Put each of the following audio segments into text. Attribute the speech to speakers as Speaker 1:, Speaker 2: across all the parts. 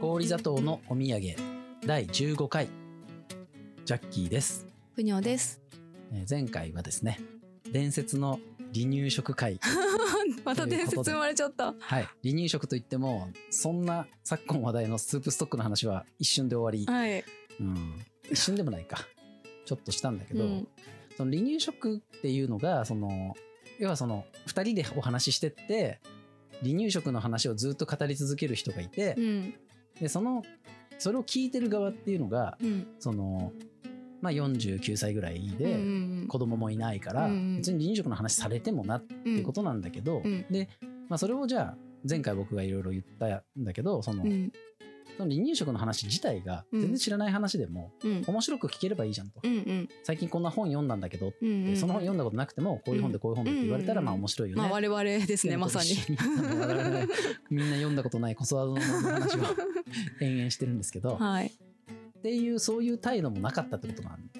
Speaker 1: 氷砂糖のお土産第15回ジャッキーです、
Speaker 2: ふにょです。
Speaker 1: えー前回はですね伝説の離乳食会
Speaker 2: また伝説生まれちゃった。
Speaker 1: はい離乳食といってもそんな昨今話題のスープストックの話は一瞬で終わ
Speaker 2: はい。
Speaker 1: り、うん、一瞬でもないかちょっとしたんだけ
Speaker 2: う
Speaker 1: ど、
Speaker 2: ん。
Speaker 1: その離乳食っていうのがその要はその2人でお話ししてって離乳食の話をずっと語り続ける人がいて、
Speaker 2: うん。
Speaker 1: でそのそれを聞いてる側っていうのが
Speaker 2: うん。
Speaker 1: その、まあ、49歳ぐらいで、
Speaker 2: うん
Speaker 1: 子供もいないから、
Speaker 2: うんうん
Speaker 1: 別に離乳食の話されてもなって
Speaker 2: うん
Speaker 1: いうことなんだけど、
Speaker 2: うん
Speaker 1: で、まあ、それをじゃあ前回僕がいろいろ言ったんだけどその,、
Speaker 2: うん。
Speaker 1: その離乳食の話自体が全然知らない話でも
Speaker 2: うん。
Speaker 1: 面白く聞ければいいじゃんと、
Speaker 2: うん。うん。
Speaker 1: 最近こんな本読んだんだけどって、
Speaker 2: うん。
Speaker 1: その本読んだことなくてもこういう本でこういう本でって言われたら
Speaker 2: うん
Speaker 1: まあ面白いよね。
Speaker 2: まあ、我々ですね、まさ に。
Speaker 1: っていうのと一緒に我々みんな読んだことない子育ての話 を延々してるんですけど、
Speaker 2: はい。
Speaker 1: っていうそういう態度もなかったってことなん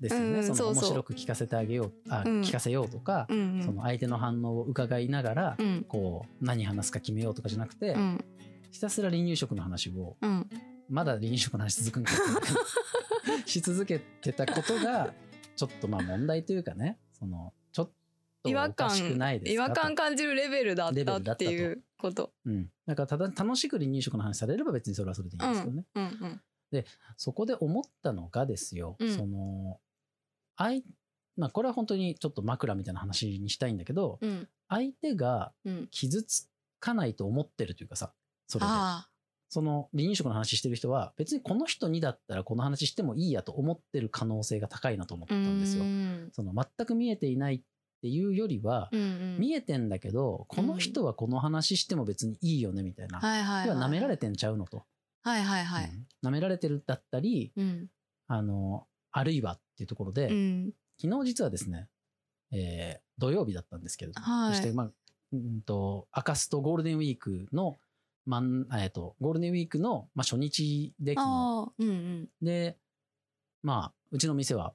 Speaker 1: ですよね。
Speaker 2: うん
Speaker 1: その
Speaker 2: そう
Speaker 1: 面
Speaker 2: そう
Speaker 1: 白く聞かせてあげようあ、
Speaker 2: うん
Speaker 1: 聞かせようとか、
Speaker 2: うん。
Speaker 1: その相手の反応を伺いながら、
Speaker 2: うん。
Speaker 1: こう何話すか決めようとかじゃなくて、
Speaker 2: うん。
Speaker 1: ひたすら離乳食の話を
Speaker 2: うん。
Speaker 1: まだ離乳食の話続くんかって し続けてたことがちょっとまあ問題というかねそのちょっと
Speaker 2: 違和
Speaker 1: おかしく
Speaker 2: 感
Speaker 1: ない。です
Speaker 2: 違
Speaker 1: か
Speaker 2: 和
Speaker 1: と
Speaker 2: 感感じるレベルだっ
Speaker 1: レベ
Speaker 2: た
Speaker 1: ルだった
Speaker 2: っ
Speaker 1: と
Speaker 2: ていうこと。
Speaker 1: うん、なんかただ楽しく離乳食の話されれば別にそれはそれでいいんですけどね、
Speaker 2: うん。うん。
Speaker 1: そこで思ったのがですよ、
Speaker 2: うん
Speaker 1: そのあい、まあ、これは本当にちょっと枕みたいな話にしたいんだけど、
Speaker 2: うん。
Speaker 1: 相手が
Speaker 2: うん。
Speaker 1: 傷つかないと思ってるというかさそれで
Speaker 2: あ
Speaker 1: その離乳食の話してる人は別にこの人にだったらこの話してもいいやと思ってる可能性が高いなと思っ
Speaker 2: あ。
Speaker 1: た
Speaker 2: うん
Speaker 1: ですよ。
Speaker 2: ん。
Speaker 1: その全く見えていないっていうよりは、
Speaker 2: うん。うん。
Speaker 1: 見えてんだけどこの人はこの話しても別にいいよねみたいな、
Speaker 2: はいはい。
Speaker 1: 要
Speaker 2: はい
Speaker 1: は舐められてんちゃうのと、
Speaker 2: はいはいは
Speaker 1: う
Speaker 2: い。
Speaker 1: ん舐められてるだったり
Speaker 2: うん。
Speaker 1: あのあるいはっていうところで、
Speaker 2: うん。
Speaker 1: 昨日実はですね、えー土曜日だったんですけれども、
Speaker 2: はい
Speaker 1: そして、まあ、うんと、明かすとゴールデンウィークの、まんえっと、ゴールデンウィークの、まあ、初日で、昨日
Speaker 2: ああ。うん。うん。、
Speaker 1: で、まあ、うちの店は、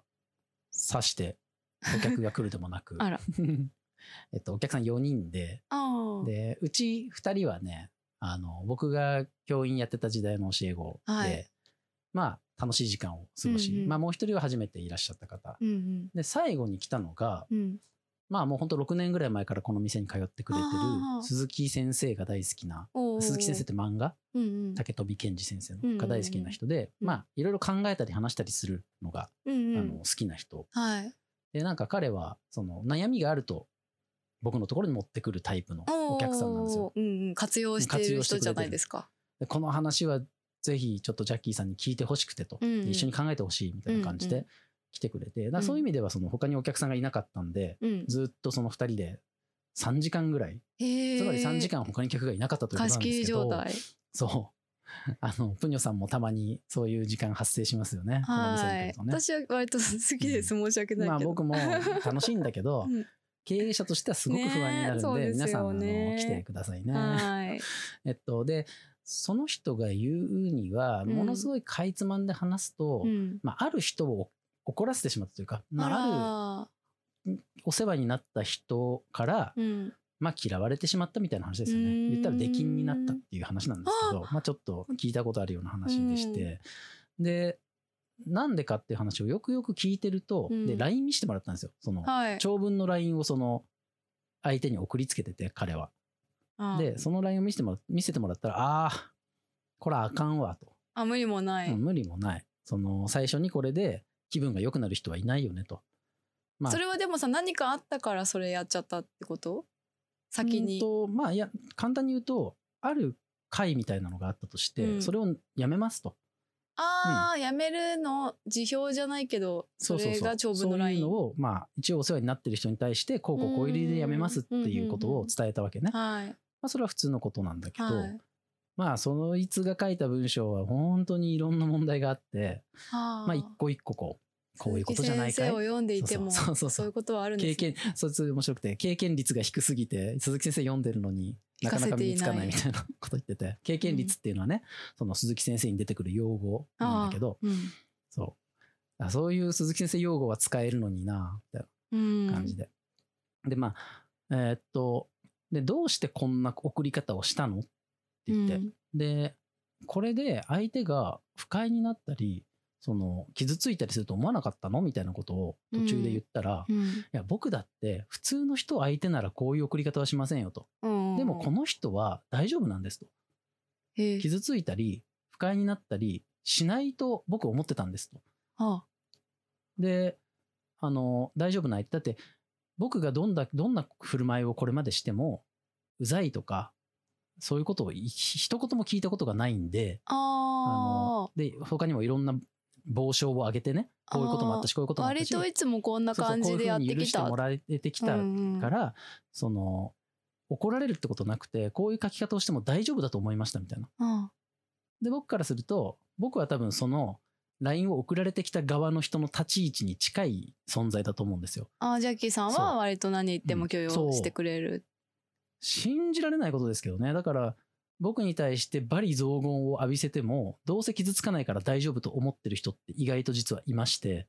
Speaker 1: 刺して、お客が来るでもなく
Speaker 2: あら
Speaker 1: えっと、お客さん4人で、
Speaker 2: ああ。
Speaker 1: で、うち2人はね、あの、僕が教員やってた時代の教え子で、
Speaker 2: はい
Speaker 1: まあ、楽しい時間を過ごし、
Speaker 2: うんうん
Speaker 1: まあ、もう1人は初めていらっしゃった方。
Speaker 2: うん。うん。
Speaker 1: で、最後に来たのが、
Speaker 2: うん。
Speaker 1: まあもうほんと6年ぐらい前からこの店に通ってくれてる
Speaker 2: あー
Speaker 1: 鈴木先生が大好きな
Speaker 2: おー
Speaker 1: 鈴木先生って漫画
Speaker 2: うんうん
Speaker 1: 竹飛健二先生
Speaker 2: うんうんう
Speaker 1: の
Speaker 2: ん
Speaker 1: が大好きな人で
Speaker 2: うん
Speaker 1: まあいろいろ考えたり話したりするのが、
Speaker 2: うんう
Speaker 1: あ
Speaker 2: ん
Speaker 1: の好きな人
Speaker 2: はい。
Speaker 1: でなんか彼はその悩みがあると僕のところに持ってくるタイプのお客さんなんですよ
Speaker 2: お。ー。うんうん、活用して
Speaker 1: 活
Speaker 2: る
Speaker 1: 用してく
Speaker 2: 人
Speaker 1: れてる
Speaker 2: じゃないですか。
Speaker 1: でこの話はぜひちょっとジャッキーさんに聞いてほしくてと、
Speaker 2: うんうん
Speaker 1: で一緒に考えてほしいみたいな感じ
Speaker 2: うんう
Speaker 1: で来てくれて、だからそういう意味ではその他にお客さんがいなかったんで、
Speaker 2: うん。
Speaker 1: ずっとその2人で3時間ぐらいつまり3時
Speaker 2: 間
Speaker 1: 間他に客がいなかったということ
Speaker 2: 貸
Speaker 1: な
Speaker 2: し
Speaker 1: んで
Speaker 2: 切
Speaker 1: す
Speaker 2: り
Speaker 1: けど
Speaker 2: 状態。
Speaker 1: そう あのプニョさんもたまにそういう時間発生しますよねこの
Speaker 2: は
Speaker 1: 店
Speaker 2: い
Speaker 1: に。来るとね
Speaker 2: 私は割と好きです。申し訳ないけど。
Speaker 1: まあ僕も楽しいんだけど、
Speaker 2: うん
Speaker 1: 経営者としてはすごく不安になるんで
Speaker 2: ねえそうです
Speaker 1: 皆さんあ
Speaker 2: よ
Speaker 1: の
Speaker 2: ね
Speaker 1: 来てくださいね。
Speaker 2: はい。
Speaker 1: えっとでその人が言うには
Speaker 2: うん
Speaker 1: ものすごいかいつまんで話すと、
Speaker 2: うん。
Speaker 1: まあ、ある人を怒らせてしまったというか、 まあ、あ
Speaker 2: あ
Speaker 1: るお世話になった人から、
Speaker 2: ら。うん。
Speaker 1: まあ、嫌われてしまったみたいな話ですよ
Speaker 2: うー
Speaker 1: ね。
Speaker 2: ん
Speaker 1: 言ったら出禁になったっていう話なんですけど、まあちょっと聞いたことあるような話でして、で、なんでかっていう話をよくよく聞いてると、
Speaker 2: うん
Speaker 1: で、LINE 見せてもらったんですよ。その、
Speaker 2: はい。
Speaker 1: 長文の LINE をその、相手に送りつけてて、彼は。
Speaker 2: あー
Speaker 1: で、その LINE を見せてもら見せてもらったら、ああ、これあかんわと。
Speaker 2: あ、無理もな
Speaker 1: もう
Speaker 2: い。
Speaker 1: 無理もない。その、最初にこれで気分が良くなる人はいないよねと。まあ
Speaker 2: それはでもさ、何かあったからそれやっちゃったってこと先
Speaker 1: うん
Speaker 2: に。
Speaker 1: とまあいや簡単に言うとある会みたいなのがあったとして、
Speaker 2: うん
Speaker 1: それをやめますと
Speaker 2: ああ、やめるの、辞表じゃないけど、それが長文のライ
Speaker 1: そういう
Speaker 2: ン。
Speaker 1: のを、まあ、一応お世話になってる人に対してこうこうこういう理由でやめますっていうことを伝えたわけね、ま
Speaker 2: はい。
Speaker 1: あ、それは普通のことなんだけど、
Speaker 2: はい。
Speaker 1: まあそいつが書いた文章は本当にいろんな問題があって
Speaker 2: ま
Speaker 1: まあ一個一個こうこういうことじゃないかい
Speaker 2: 先生を読んでいても、
Speaker 1: そうそうそうそう
Speaker 2: いうことはあるんで
Speaker 1: 経
Speaker 2: すね
Speaker 1: 験そいつ面白くて経験率が低すぎて鈴木先生読んでるのになかなか身につかないみ
Speaker 2: 聞か
Speaker 1: たいなこと言ってて経験率っていうのはね、その鈴木先生に出てくる用語なんだけど
Speaker 2: うん
Speaker 1: そうあそういう鈴木先生用語は使えるのになみたい
Speaker 2: うん
Speaker 1: な感じで、でまあえーっとでどうしてこんな送り方をしたのって言って、
Speaker 2: うん
Speaker 1: でこれで相手が不快になったりその傷ついたりすると思わなかったのみたいなことを途中で言ったら、いや僕だって普通の人相手ならこういう送り方はしませんよと、でもこ
Speaker 2: の
Speaker 1: の人は大丈夫なんですと傷ついたり不快になったりしないと僕思ってたんですと
Speaker 2: あ
Speaker 1: であの大丈夫ないだって僕がどんだどんな振る舞いをこれまでしてもうざいとかそういうことをい一言も聞いたことがないんで
Speaker 2: あ
Speaker 1: ので他にもいろんな傍証を上げてねこういうこともあったしこういうこともあった
Speaker 2: 割
Speaker 1: し
Speaker 2: といつもこんな
Speaker 1: そうそう
Speaker 2: 感じでやって
Speaker 1: こういうふうに許
Speaker 2: き
Speaker 1: して
Speaker 2: た
Speaker 1: もらえてきた
Speaker 2: う
Speaker 1: か
Speaker 2: んうん
Speaker 1: ら、その怒られるってことなくてこういう書き方をしても大丈夫だと思いましたみたいな。
Speaker 2: あ
Speaker 1: で僕からすると僕は多分その LINE を送られてきた側の人の立ち位置に近い存在だと思うんですよ。
Speaker 2: あジャッキーさん
Speaker 1: そ
Speaker 2: は
Speaker 1: う
Speaker 2: 割と何言っても許
Speaker 1: うんそ
Speaker 2: 容
Speaker 1: う
Speaker 2: してくれる
Speaker 1: 信じられないことですけどね。だから、僕に対して罵詈雑言を浴びせても、どうせ傷つかないから大丈夫と思ってる人って意外と実はいまして、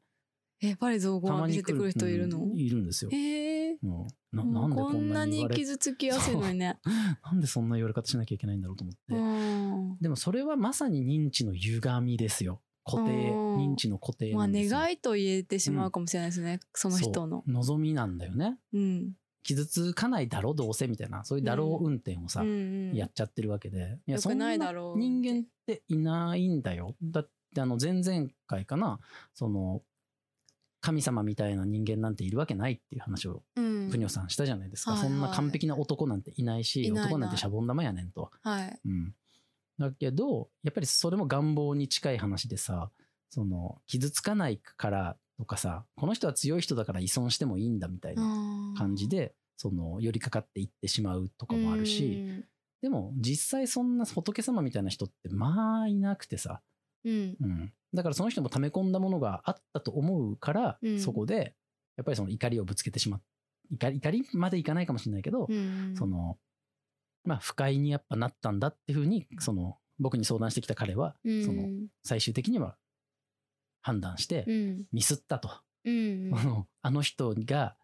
Speaker 2: えやっぱり造語
Speaker 1: た
Speaker 2: を
Speaker 1: ま
Speaker 2: 見
Speaker 1: に
Speaker 2: せてくる人いるの
Speaker 1: うんいるんですよ。
Speaker 2: へえ
Speaker 1: うんな
Speaker 2: も
Speaker 1: な
Speaker 2: うん
Speaker 1: で
Speaker 2: こ
Speaker 1: こん
Speaker 2: ん
Speaker 1: な
Speaker 2: な
Speaker 1: に言
Speaker 2: に
Speaker 1: われ
Speaker 2: 傷つきやすいのにね
Speaker 1: なんでそんな言われ方しなきゃいけないんだろうと思って。
Speaker 2: うん
Speaker 1: でもそれはまさに認知の歪みですよ。固定、
Speaker 2: うん
Speaker 1: 認知の固定
Speaker 2: ま
Speaker 1: な
Speaker 2: あ
Speaker 1: んですよ。
Speaker 2: 願いと言えてしまうかもしれないですね、その人
Speaker 1: そ
Speaker 2: の。
Speaker 1: う望みなんだよね。
Speaker 2: うん。
Speaker 1: 傷つかないだろどうせみたいな、そういうだろう運転をさ、
Speaker 2: うんうん
Speaker 1: やっちゃってるわけで。いや、
Speaker 2: よ
Speaker 1: そ
Speaker 2: く
Speaker 1: ん
Speaker 2: な
Speaker 1: ない
Speaker 2: だろう
Speaker 1: 人間っていないんだよ。だって、あの、前々回かな、その、神様みたいな人間なんているわけないっていう話を、
Speaker 2: うん
Speaker 1: ふにょさんしたじゃないですか。
Speaker 2: はいはい
Speaker 1: そんな完璧な男なんていないし、
Speaker 2: いないない
Speaker 1: 男なんてシャボン玉やねんと。
Speaker 2: はい。
Speaker 1: うん。だけど、やっぱりそれも願望に近い話でさ、その、傷つかないからとかさ、この人は強い人だから依存してもいいんだみたいな感じ
Speaker 2: で
Speaker 1: で、その、寄りかかっていってしまうとかもあるし、でも実際そんな仏様みたいな人ってまあいなくてさ、
Speaker 2: うん。
Speaker 1: うん、だからその人も溜め込んだものがあったと思うから、
Speaker 2: うん
Speaker 1: そこでやっぱりその怒りをぶつけてしまっ怒り怒りまでいかないかもしれないけど、
Speaker 2: うん。
Speaker 1: そのまあ不快にやっぱなったんだっていうふうにその僕に相談してきた彼は、
Speaker 2: うん、
Speaker 1: その最終的には判断して
Speaker 2: うん。
Speaker 1: ミスったと、
Speaker 2: うん。
Speaker 1: あのあの人が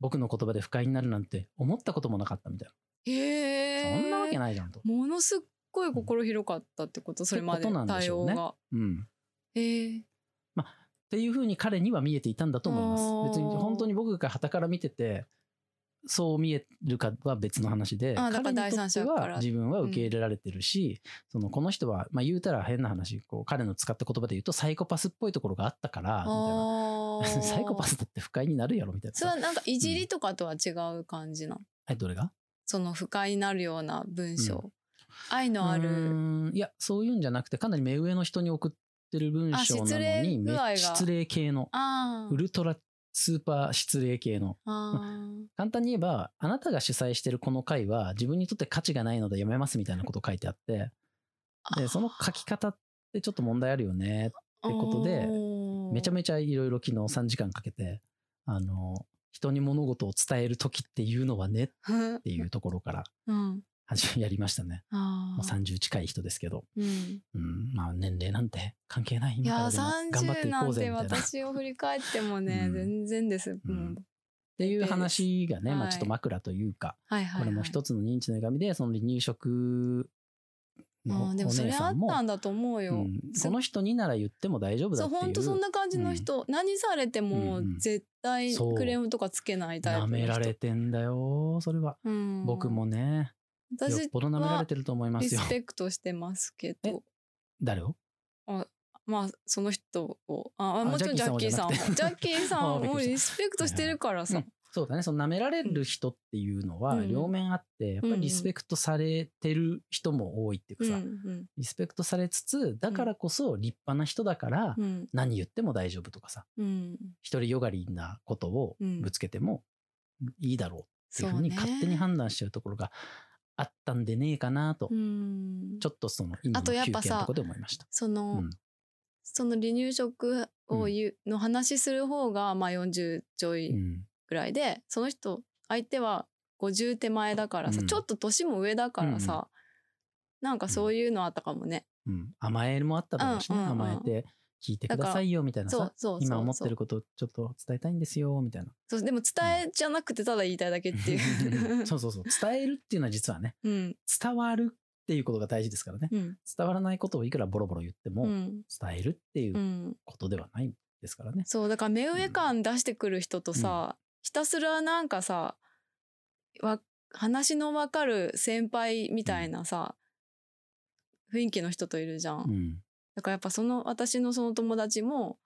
Speaker 1: 僕の言葉で不快になるなんて思ったこともなかったみたいな、
Speaker 2: へえ。
Speaker 1: そんなわけないじゃんと。
Speaker 2: ものすっごい心広かったってこと、それま
Speaker 1: って
Speaker 2: で
Speaker 1: ことなんでし
Speaker 2: 対
Speaker 1: ょ
Speaker 2: 応
Speaker 1: うね
Speaker 2: が。
Speaker 1: うん
Speaker 2: へえ。
Speaker 1: っていうふうに彼には見えていたんだと思い
Speaker 2: あー
Speaker 1: ます。別に本当に僕が傍から見てて、そう見えるかは別の話で、
Speaker 2: あーだか
Speaker 1: 彼
Speaker 2: ら
Speaker 1: にと
Speaker 2: 第
Speaker 1: って
Speaker 2: 三者か
Speaker 1: は
Speaker 2: ら
Speaker 1: 自分は受け入れられてるし、そのこの人は、まあ、言うたら変な話こう、彼の使った言葉で言うとサイコパスっぽいところがあったから、み
Speaker 2: あ
Speaker 1: たい
Speaker 2: あ。
Speaker 1: な。 サイコパスだって不快になるやろみたいな
Speaker 2: そ
Speaker 1: さ。
Speaker 2: れはなんかいじりとかとは違う感じなの。
Speaker 1: はい、どれが
Speaker 2: その不快になるような文章。
Speaker 1: う
Speaker 2: 愛のあ
Speaker 1: う
Speaker 2: る。
Speaker 1: ーんいや、そういうんじゃなくて、かなり目上の人に送ってる文章なの
Speaker 2: あ失礼
Speaker 1: に、
Speaker 2: 具合が
Speaker 1: め失礼系の、
Speaker 2: ああ
Speaker 1: ウ。ルトラスーパー失礼系の。
Speaker 2: ああ。
Speaker 1: 簡単に言えば、あなたが主催してるこの回は自分にとって価値がないのでやめますみたいなこと書いてあって、で、その書き方ってちょっと問題あるよね。
Speaker 2: って
Speaker 1: ことでめちゃ
Speaker 2: ち
Speaker 1: めちゃいろいろ昨日3時間かけて、あの、人に物事を伝える時っていうのはねっ
Speaker 2: ゃ、うん
Speaker 1: ていうところから
Speaker 2: うん、
Speaker 1: 始めやりましたね。
Speaker 2: あ
Speaker 1: もう
Speaker 2: ー
Speaker 1: 30近い人ですけど。
Speaker 2: うん、
Speaker 1: うん、まあ年齢なんて関係ない。
Speaker 2: い
Speaker 1: 今から
Speaker 2: や
Speaker 1: でも
Speaker 2: ー
Speaker 1: 頑張って
Speaker 2: 30
Speaker 1: い
Speaker 2: な
Speaker 1: こうんぜ
Speaker 2: て
Speaker 1: みたいな。っ
Speaker 2: 私を振り返っても
Speaker 1: う
Speaker 2: ね、
Speaker 1: ん
Speaker 2: 全然です、も
Speaker 1: う
Speaker 2: う
Speaker 1: んていう話がね、まあちょっと枕というか、
Speaker 2: はいはい、はい、
Speaker 1: これも一つの認知の歪みで、その離乳食の
Speaker 2: あ
Speaker 1: お
Speaker 2: ーで
Speaker 1: 姉
Speaker 2: もそれあ
Speaker 1: さ
Speaker 2: っ
Speaker 1: んも、
Speaker 2: たんだと思うよ、
Speaker 1: うんこの人になら言っても大丈夫だ
Speaker 2: そう
Speaker 1: って
Speaker 2: ほんとそん
Speaker 1: いう。
Speaker 2: な感じの人、何されても
Speaker 1: うんうん
Speaker 2: 絶対
Speaker 1: そう
Speaker 2: クレームとかつけないタイプ
Speaker 1: 舐
Speaker 2: の人
Speaker 1: められてんだよ、それは。
Speaker 2: うん、
Speaker 1: 僕もね、よっ
Speaker 2: 私
Speaker 1: ぽど舐められてると思いま
Speaker 2: リ
Speaker 1: すよ
Speaker 2: ス。ペクトしてますけ
Speaker 1: え
Speaker 2: ど
Speaker 1: 誰を
Speaker 2: まあその人をああ
Speaker 1: あ
Speaker 2: もちろんジ
Speaker 1: ジャ
Speaker 2: ャッ
Speaker 1: ッ
Speaker 2: キ
Speaker 1: キ
Speaker 2: ー
Speaker 1: ー
Speaker 2: さ
Speaker 1: さ
Speaker 2: ん
Speaker 1: ん
Speaker 2: も
Speaker 1: じゃなくて
Speaker 2: ジャッキーさ ん
Speaker 1: あびっ
Speaker 2: も
Speaker 1: くりした
Speaker 2: リスペクトしてるからさ、
Speaker 1: うんそうだね、その舐められる人っていうのは
Speaker 2: うん
Speaker 1: 両面あって、やっぱりリスペクトされてる人も多いっていう
Speaker 2: う
Speaker 1: か
Speaker 2: ん
Speaker 1: さ、
Speaker 2: うん
Speaker 1: リスペクトされつつ、だからこそ立派な人だから、
Speaker 2: うん
Speaker 1: 何言っても大丈夫とかさ、
Speaker 2: うん、
Speaker 1: 一人よがりなことをぶつけてもいいだろうっていうふうに勝手に判断しちゃうところがあったんでねえかなと、
Speaker 2: うん
Speaker 1: ちょっとその今
Speaker 2: あ
Speaker 1: の
Speaker 2: と
Speaker 1: 休
Speaker 2: やっ
Speaker 1: 憩
Speaker 2: ぱ
Speaker 1: の
Speaker 2: さ
Speaker 1: とこで思いました。
Speaker 2: そ
Speaker 1: う
Speaker 2: の、
Speaker 1: ん
Speaker 2: その離乳食を言う、の話する方がまあ40ちょ
Speaker 1: う
Speaker 2: い
Speaker 1: ん
Speaker 2: ぐらいで、その人相手は50手前だから
Speaker 1: う
Speaker 2: さ、
Speaker 1: ん
Speaker 2: ちょっと年も上だからさ、なんかそういうのあったかもね、
Speaker 1: うん、甘えもあっただろうしね、
Speaker 2: うんうんうん
Speaker 1: 甘えて聞いてくださいよみたいな
Speaker 2: そ
Speaker 1: さ
Speaker 2: うそうそう
Speaker 1: 今思って
Speaker 2: そ
Speaker 1: る
Speaker 2: う
Speaker 1: ことちょっと伝えたいんですよみたいな。
Speaker 2: そうでも伝え じゃなくてただ言いたいだけっていう
Speaker 1: そうそうそう伝えるっていうのは実はね
Speaker 2: うん
Speaker 1: 伝わるっていうことが大事ですからね。
Speaker 2: うん
Speaker 1: 伝わらないことをいくらボロボロ言っても、
Speaker 2: うん、
Speaker 1: 伝えるっていうううんことではないですからね。
Speaker 2: そうだから目上感出してくる人とさ、ひたすらなんかさわ話のわかる先輩みたいなさ、雰囲気の人といるじゃん。
Speaker 1: うん。
Speaker 2: だからやっぱその私のその友達も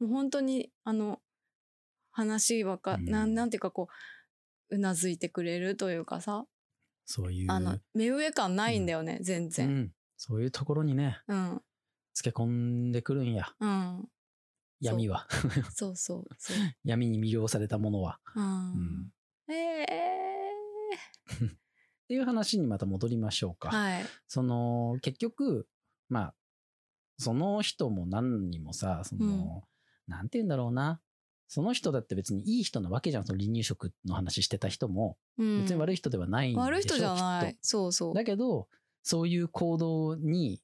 Speaker 2: もう本当にあの話わか、
Speaker 1: うん
Speaker 2: なんなんていうかこううなずいてくれるというかさ
Speaker 1: そういう。
Speaker 2: あの目上感ないんだよね、全
Speaker 1: う
Speaker 2: 然。
Speaker 1: ん。そういうところにね、
Speaker 2: うん
Speaker 1: つけ込んでくるんや。
Speaker 2: うん、
Speaker 1: 闇は。
Speaker 2: そうそうそう。
Speaker 1: 闇に魅了されたものは。
Speaker 2: う
Speaker 1: うん
Speaker 2: ん、ええ
Speaker 1: っていう話にまた戻りましょうか。
Speaker 2: はい。
Speaker 1: その、結局、まあ、その人も何にもさ、その、なんて言うんだろうな。その人だって別にいい人なわけじゃん。その離乳食の話してた人も、
Speaker 2: うん、
Speaker 1: 別に悪
Speaker 2: い
Speaker 1: い人ではないんでしょ、
Speaker 2: 悪い人じゃな
Speaker 1: きっと
Speaker 2: い。そうそう。
Speaker 1: だけど、そういう行動に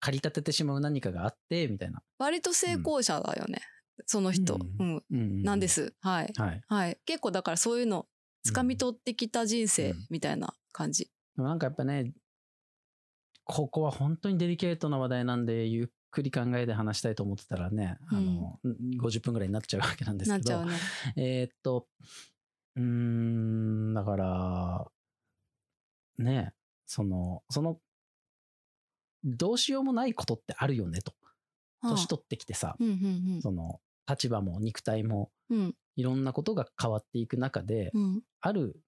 Speaker 1: 駆り立ててしまう何かがあって、みたいな。
Speaker 2: 割と成功者だよね、その人、
Speaker 1: う
Speaker 2: うん
Speaker 1: うんうん
Speaker 2: なんで。す。はい
Speaker 1: はい。
Speaker 2: はい。結構だからそういうの掴み取ってきた人生
Speaker 1: うん
Speaker 2: みたいな感じ。
Speaker 1: でもなんかやっぱね、ここは本当にデリケートな話題なんで、ゆっくり考えて話したいと思ってたらね、あの、50分ぐらいになっちゃうわけなんです
Speaker 2: な
Speaker 1: け
Speaker 2: っちゃう
Speaker 1: ど、
Speaker 2: ね。
Speaker 1: えーっと、うーん、だから、ね、その、その、どうしようもないことってあるよねと。年取ってきてさ、
Speaker 2: うんうん
Speaker 1: その、立場も肉体も、
Speaker 2: うんうん
Speaker 1: いろんなことが変わっていく中で、
Speaker 2: うん
Speaker 1: ある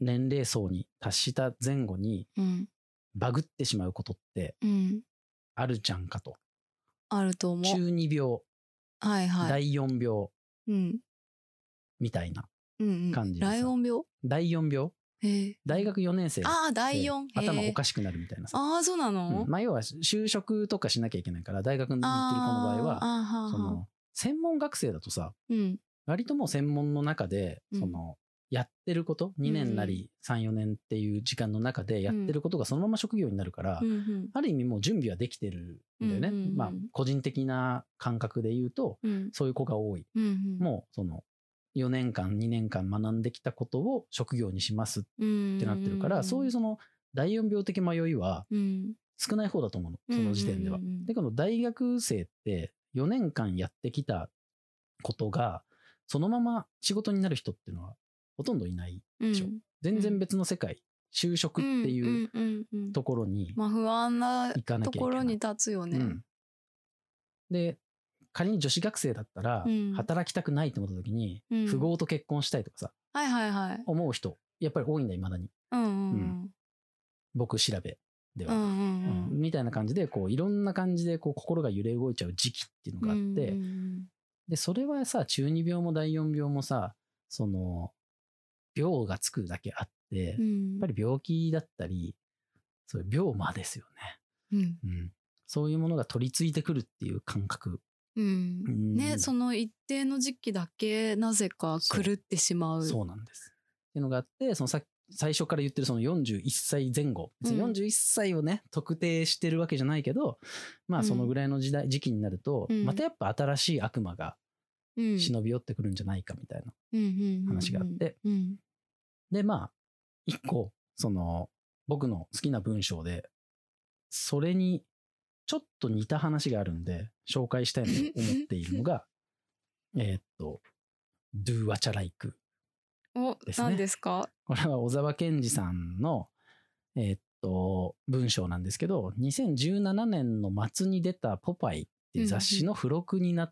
Speaker 1: 年齢層に達した前後に、
Speaker 2: うん
Speaker 1: バグってしまうことって
Speaker 2: うん
Speaker 1: あるじゃんかと。
Speaker 2: あると思う。
Speaker 1: 中二病、
Speaker 2: はいはい。
Speaker 1: 第4病
Speaker 2: うん
Speaker 1: みたいな。
Speaker 2: うんうん。
Speaker 1: 感じでさ
Speaker 2: ライオン病。
Speaker 1: 第4病
Speaker 2: へえ
Speaker 1: 大学4年生で
Speaker 2: ああ第四。へえ
Speaker 1: 頭おかしくなるみたいなさ。
Speaker 2: ああそうなの。
Speaker 1: うんまあ要は就職とかしなきゃいけないから、大学に行ってる子の場合は、
Speaker 2: あーあーはーはー
Speaker 1: その、専門学生だとさ、
Speaker 2: うん
Speaker 1: 割ともう専門の中で、
Speaker 2: うん
Speaker 1: その、やってること、2年なり3、4年っていう時間の中でやってることがそのまま職業になるから
Speaker 2: う、んうん
Speaker 1: ある意味もう準備はできてるんだよね
Speaker 2: うんうんう。ん
Speaker 1: まあ個人的な感覚で言うと、
Speaker 2: うん
Speaker 1: そういう子が多い。
Speaker 2: うん
Speaker 1: もうその4年間2年間学んできたことを職業にしますっ
Speaker 2: うん
Speaker 1: てなってるから、そういうその第4病的迷いは
Speaker 2: うん
Speaker 1: 少ない方だと思うのその時点では
Speaker 2: うんうんうんうん。
Speaker 1: でこの大学生って4年間やってきたことがそのまま仕事になる人っていうのはほとんどいない
Speaker 2: うん
Speaker 1: しょ全然別の世界就職っていう
Speaker 2: うんうんうんうん
Speaker 1: ところに
Speaker 2: まあ不安な
Speaker 1: 行かなきゃ
Speaker 2: と
Speaker 1: いけない。
Speaker 2: ころに立つよね。
Speaker 1: うん、で仮に女子学生だったら
Speaker 2: うん
Speaker 1: 働きたくないって思った時に
Speaker 2: うん
Speaker 1: 富豪と結婚したいとかさ
Speaker 2: はいはいはい。
Speaker 1: 思う人やっぱり多いんだいまだに
Speaker 2: うんうん
Speaker 1: 僕調べで
Speaker 2: うん。う
Speaker 1: は、
Speaker 2: ん
Speaker 1: うんみたいな感じでこういろんな感じでこう心が揺れ動いちゃう時期っていうの
Speaker 2: うんうん。
Speaker 1: があって、
Speaker 2: うんうん
Speaker 1: でそれはさ中二病も第四病もさその病がつくだけあって、や
Speaker 2: う
Speaker 1: っ
Speaker 2: ん、
Speaker 1: ぱり病気だったりそういう病魔ですよね、
Speaker 2: うん
Speaker 1: うん、そういうものが取り付いてくるっていう感覚、
Speaker 2: うん
Speaker 1: うん
Speaker 2: ね、その一定の時期だけなぜか狂ってしまう。
Speaker 1: そううなんです。っていうのがあって、そのさ最初から言ってるその41歳前後、別に
Speaker 2: うん
Speaker 1: 41歳をね、特定してるわけじゃないけど、まあそのぐらいの時代、時期になると、
Speaker 2: うん
Speaker 1: またやっぱ新しい悪魔が
Speaker 2: ん
Speaker 1: 忍び寄ってくるんじゃないかみたいな話があっ。て、
Speaker 2: うんうん
Speaker 1: でまあ、一個、その僕の好きな文章で、それにちょっと似た話があるんで、紹介したいなと思っているのが、えーっと、Do What You Like。
Speaker 2: うんうんお、
Speaker 1: ですね
Speaker 2: 何ですか
Speaker 1: これは小沢健二さんの、えーっと、文章なんですけど、2017年の末に出たポパイっていう雑誌の付録にな、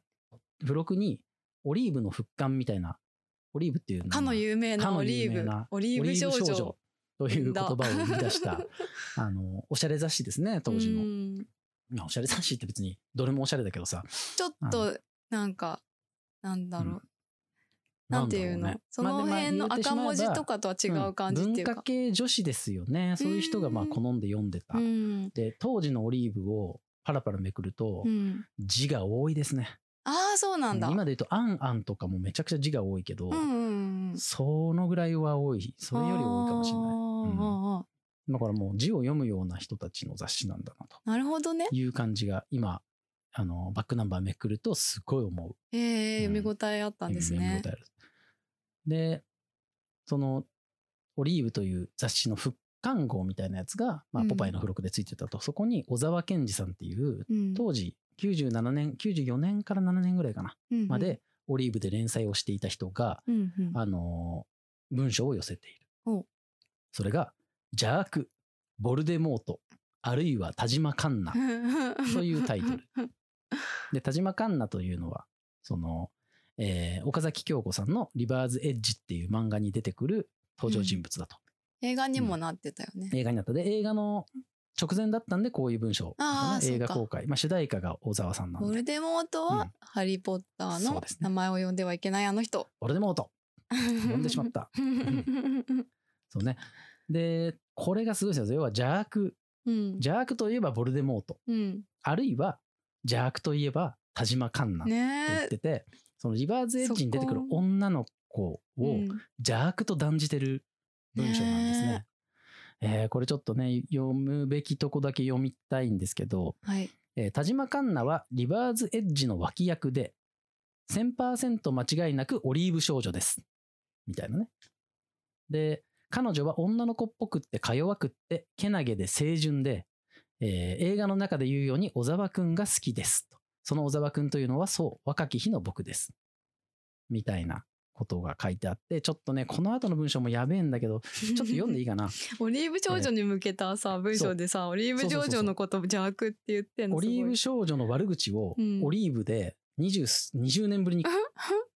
Speaker 1: 付録にオリーブの復刊みたいな、オリーブっていうのは
Speaker 2: かの有名なオリ
Speaker 1: かの有名
Speaker 2: ーブ
Speaker 1: な。
Speaker 2: オリーブ少
Speaker 1: オリーブ
Speaker 2: 女。
Speaker 1: 少という言葉
Speaker 2: だ
Speaker 1: を生み出した、 あの、おしゃれ雑誌ですね、当時の。
Speaker 2: うん
Speaker 1: まあおしゃれ雑誌って別にどれもおしゃれだけどさ。
Speaker 2: ちょっと、なんか、なんだろう。
Speaker 1: うん
Speaker 2: なんていう
Speaker 1: だ
Speaker 2: の
Speaker 1: ろね
Speaker 2: その
Speaker 1: まあで
Speaker 2: 辺の
Speaker 1: まあ言うてし
Speaker 2: 赤
Speaker 1: まえば
Speaker 2: 文字とかとは違う感じってい
Speaker 1: ん
Speaker 2: う
Speaker 1: 文化
Speaker 2: か。
Speaker 1: 系女子ですよね。そういう人がまあ好んで読んでた
Speaker 2: う。ん。
Speaker 1: で当時のオリーブをパラパラめくると
Speaker 2: うん、
Speaker 1: 字が多いですね、
Speaker 2: ああ、そうなんだ。
Speaker 1: 今で言うと「あんあん」とかもめちゃくちゃ字が多いけど、
Speaker 2: うんうんうん。
Speaker 1: そのぐらいは多いそれより多いかもしれ
Speaker 2: あ
Speaker 1: な
Speaker 2: ー
Speaker 1: いだからもう字を読むような人たちの雑誌なんだなと
Speaker 2: なるほどね。
Speaker 1: いう感じが今あのバックナンバーめくるとすごい思う
Speaker 2: ええ
Speaker 1: うん
Speaker 2: 見応えあったんです
Speaker 1: 読。
Speaker 2: ね
Speaker 1: み応えあるでその「オリーブ」という雑誌の復刊号みたいなやつが、まあ、
Speaker 2: うん
Speaker 1: ポパイの付録でついてたと、そこに小沢健二さんっていう、
Speaker 2: うん
Speaker 1: 当時97年、94年から7年ぐらいかな、
Speaker 2: うん
Speaker 1: まで、オリーブで連載をしていた人が、
Speaker 2: うんうん
Speaker 1: あのー文章を寄せてい
Speaker 2: お
Speaker 1: る。それが、邪悪、ボルデモート、あるいは田島カンナ。 というタイトル。で、田島カンナというのは、その、えー岡崎京子さんのリバーズエッジっていう漫画に出てくる登場人物だと。
Speaker 2: 映画にもなってたよね。
Speaker 1: 映画になった。で、映画の直前だったんで、こういう文章、
Speaker 2: あー
Speaker 1: 映画
Speaker 2: そうか
Speaker 1: 公開。まあ、主題歌が小沢さんな
Speaker 2: ボ
Speaker 1: んで、
Speaker 2: ルデモート
Speaker 1: う
Speaker 2: は
Speaker 1: ん
Speaker 2: 「ハリー・ポッター」
Speaker 1: そう
Speaker 2: の
Speaker 1: ですね
Speaker 2: 名前を呼んではいけないあの人。
Speaker 1: 俺でもと
Speaker 2: 呼。
Speaker 1: 呼んでしまった た。そうね。で、これがすごいですよ。要は邪悪。
Speaker 2: うん。
Speaker 1: 邪悪といえばボルデモート。
Speaker 2: うん。
Speaker 1: あるいは邪悪といえば田島カンナって言
Speaker 2: ね
Speaker 1: ってて、そのリバーズエッジに出てくる
Speaker 2: そこ
Speaker 1: 女の子を、
Speaker 2: え。うん
Speaker 1: 邪悪と断じてる文章なんですね。
Speaker 2: ね
Speaker 1: えーこれちょっとね、読むべきとこだけ読みたいんですけど、
Speaker 2: はい。
Speaker 1: えー田島カンナはリバーズエッジの脇役で、1000%間違いなくオリーブ少女です。みたいなね。で、彼女は女の子っぽくってか弱くって、けなげで清純で、えー映画の中で言うように小沢くんが好きですと。その小沢くんというのはそう、若き日の僕です。みたいなことが書いてあって、ちょっとね、この後の文章もやべえんだけど、ちょ
Speaker 2: ち
Speaker 1: っと読んでい
Speaker 2: い
Speaker 1: いか な。
Speaker 2: オリーブ少女に向けたさ、文章でさ、オリーブ少女のこと邪悪って言ってんの。
Speaker 1: オ
Speaker 2: すごい
Speaker 1: リーブ少女の悪口を
Speaker 2: うん
Speaker 1: オリーブで 20, 20年ぶ りに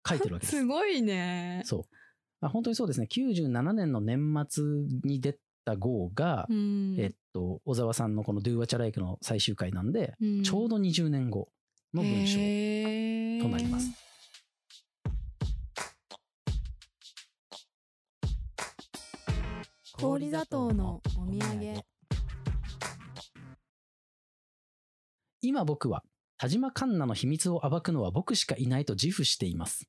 Speaker 1: 書いてるわけですす。
Speaker 2: ごいね。
Speaker 1: そう。あ本当にそうですね。97年の年末に出た号が、
Speaker 2: うん
Speaker 1: えっと、小沢さんのこの Do What You Like の最終回なんで、
Speaker 2: うん
Speaker 1: ちょうど20年後の文章
Speaker 2: へー
Speaker 1: となります。
Speaker 2: 氷砂糖のお土産。
Speaker 1: 今僕は田島カンナの秘密を暴くのは僕しかいないと自負しています。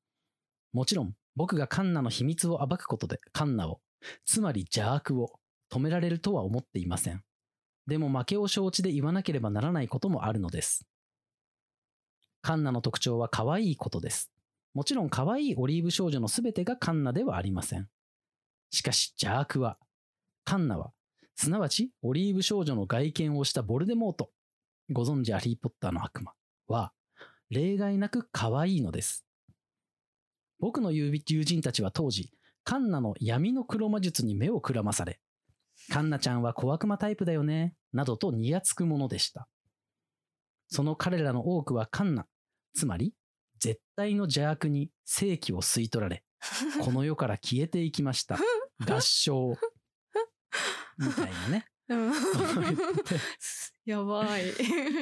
Speaker 1: もちろん僕がカンナの秘密を暴くことでカンナを、つまり邪悪を止められるとは思っていません。でも負けを承知で言わなければならないこともあるのです。カンナの特徴は可愛いことです。もちろん可愛いオリーブ少女のすべてがカンナではありません。しかし邪悪は、カンナは、すなわちオリーブ少女の外見をしたボルデモート、ご存知ハリー・ポッターの悪魔は、例外なく可愛いのです。僕の友友人たちは当時、カンナの闇の黒魔術に目をくらまされ、カンナちゃんは小悪魔タイプだよね、などとにやつくものでした。その彼らの多くはカンナ、つまり、絶対の邪悪に正気を吸い取られ、この世から消えていきま した。合唱。みたいな ね。
Speaker 2: うん
Speaker 1: ことを言ってて
Speaker 2: や ばい。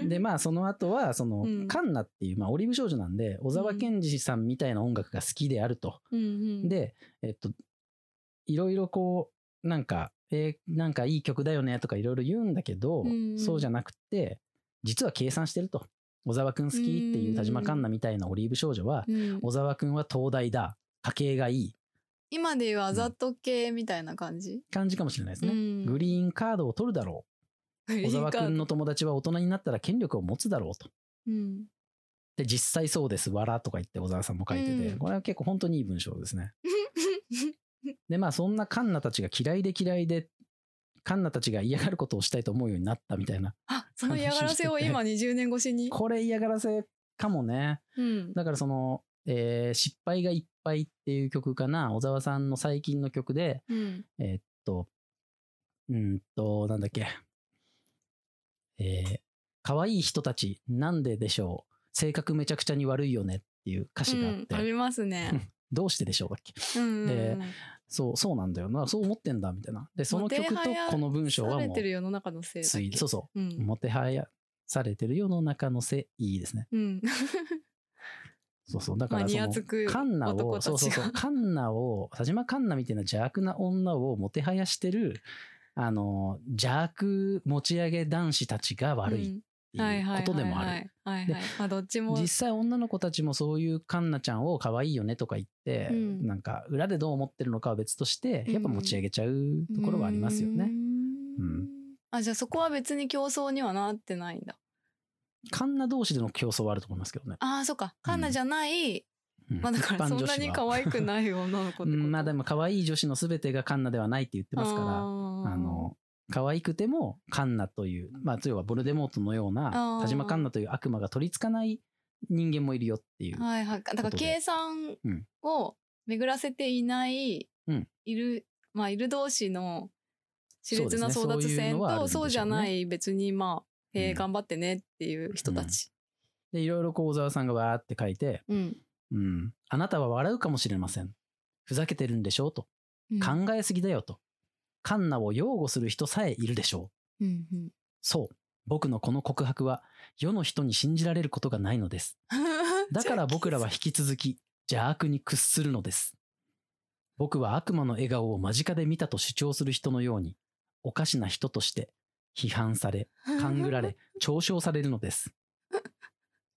Speaker 1: でまあその後はその、
Speaker 2: うん
Speaker 1: カンナっていう、まあ、オリーブ少女なんで小沢健二さんみたいな音楽が好きであると。
Speaker 2: うんうん、
Speaker 1: でえっといろいろこうなんか、えーなんかいい曲だよねとかいろいろ言うんだけど、
Speaker 2: うん
Speaker 1: そうじゃなくて実は計算してると。小沢くん好きっていう田島カンナみたいなオリーブ少女は、
Speaker 2: うん
Speaker 1: 小沢くんは東大だ家系がいい
Speaker 2: 今で言うあざと系みたいな感じ。
Speaker 1: 感じかもしれないですね。
Speaker 2: うん
Speaker 1: グリーンカードを取るだろう小沢くんの友達は大人になったら権力を持つだろうと。
Speaker 2: うん。
Speaker 1: で、実際そうです、わらとか言って小沢さんも書いてて、
Speaker 2: うん
Speaker 1: これは結構本当にいい文章ですね。 で、まあそんなカンナたちが嫌いで嫌いで、カンナたちが嫌がることをしたいと思うようになったみたいな。
Speaker 2: あ、その嫌がらせを今20年越しに。
Speaker 1: これ嫌がらせかもね。
Speaker 2: うん。
Speaker 1: だからその、えー失敗がいっぱいっていう曲かな、小沢さんの最近の曲で、
Speaker 2: うん。
Speaker 1: えーっと、うーんと、なんだっけ。えー、可愛い人たち、なんででしょう。性格めちゃくちゃに悪いよねっていう歌詞があって。
Speaker 2: うん、ありますね。
Speaker 1: どうして でしょうだっけ
Speaker 2: うん、
Speaker 1: でそう、そうなんだよな。そう思ってんだ、みたいな。で、その曲と
Speaker 2: もてはや
Speaker 1: この文章は
Speaker 2: され
Speaker 1: も
Speaker 2: てる
Speaker 1: う、
Speaker 2: 世の中のせいだっ
Speaker 1: つい
Speaker 2: け。
Speaker 1: そうそうう。
Speaker 2: ん。
Speaker 1: もてはやされてる世の中のせいいですね。
Speaker 2: うん。
Speaker 1: そうそう。だか
Speaker 2: まあ、
Speaker 1: ら
Speaker 2: に
Speaker 1: そ
Speaker 2: や
Speaker 1: の
Speaker 2: つ、く
Speaker 1: カンナ
Speaker 2: 男
Speaker 1: を、
Speaker 2: たち
Speaker 1: そ
Speaker 2: が。
Speaker 1: うそうそう、カンナを、田島カンナみたいな邪悪な女をもてはやしてる、あの、邪悪持ち上げ男子たちが悪いっ
Speaker 2: うん
Speaker 1: ていうことでもあ
Speaker 2: はい
Speaker 1: る。
Speaker 2: はいはいはい、
Speaker 1: で
Speaker 2: はいはいまあどっちも
Speaker 1: 実際女の子たちもそういうカンナちゃんを可愛いよねとか言って、
Speaker 2: うん
Speaker 1: なんか裏でどう思ってるのかは別として、やっぱ持ち上げちゃうところはありますよね。
Speaker 2: うーん
Speaker 1: うん
Speaker 2: あじゃあそこは別に競争にはなってないんだ
Speaker 1: カンナ同士での競争はあると思いますけどね。
Speaker 2: ああそっかカンナじゃない、
Speaker 1: うん
Speaker 2: まあだか
Speaker 1: 一
Speaker 2: ら
Speaker 1: 般
Speaker 2: そん
Speaker 1: 女子
Speaker 2: な
Speaker 1: は
Speaker 2: に可愛 くない女の子ってこと
Speaker 1: うんまあでも可愛い女子の全てがカンナではないって言ってますから、あ
Speaker 2: あー
Speaker 1: の、可愛くてもカンナという、まあ、要はボルデモートのよう
Speaker 2: あ
Speaker 1: な
Speaker 2: ー
Speaker 1: 田島カンナという悪魔が取りつかない人間もいるよっていう、
Speaker 2: はいはい。だから
Speaker 1: ことで
Speaker 2: 計算
Speaker 1: うん
Speaker 2: を巡らせていない、
Speaker 1: うん
Speaker 2: いる、まあ、いる同士の熾烈な
Speaker 1: そ
Speaker 2: 争
Speaker 1: うですねそう
Speaker 2: 奪
Speaker 1: いう
Speaker 2: 戦
Speaker 1: のはあるん
Speaker 2: と、
Speaker 1: でしょうね
Speaker 2: そうじゃない別にまあ、えー
Speaker 1: うん
Speaker 2: 頑張ってねっていう人たち。
Speaker 1: でいろいろこう小沢さんがわーって書いて、
Speaker 2: うん。
Speaker 1: うん「あなたは笑うかもしれませんふざけてるんでしょう」と「
Speaker 2: うん
Speaker 1: 考えすぎだよ」と「カンナを擁護する人さえいるでしょう」
Speaker 2: うんうん
Speaker 1: そう僕のこの告白は世の人に信じられることがないのですだから僕らは引き続き邪悪に屈するのです。僕は悪魔の笑顔を間近で見たと主張する人のように、おかしな人として批判され、勘ぐられ、嘲笑されるのです。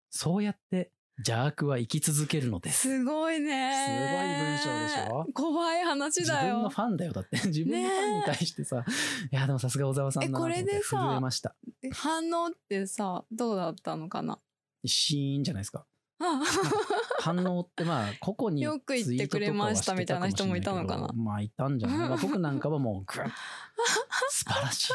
Speaker 1: そうやって邪悪は生き続けるのです。
Speaker 2: すごいね。
Speaker 1: すごい文章でしょ
Speaker 2: 怖い話
Speaker 1: 自
Speaker 2: だ
Speaker 1: 分の
Speaker 2: よ
Speaker 1: フ。ァンだよだって自分のファンに対してさ、いやでもさすが小沢さんだなと思って
Speaker 2: えこれでさ
Speaker 1: 震えました
Speaker 2: 反応ってさ、どうだったのかな。
Speaker 1: シーンじゃないですか
Speaker 2: あ
Speaker 1: 反応ってまあ個々に
Speaker 2: よく言ってくれましたみたいな人もいたの
Speaker 1: ツイ
Speaker 2: かな
Speaker 1: ートとかはしてたかもしれないけどまあいたんじゃない、まあ、僕なんかは もうグッ素晴らしい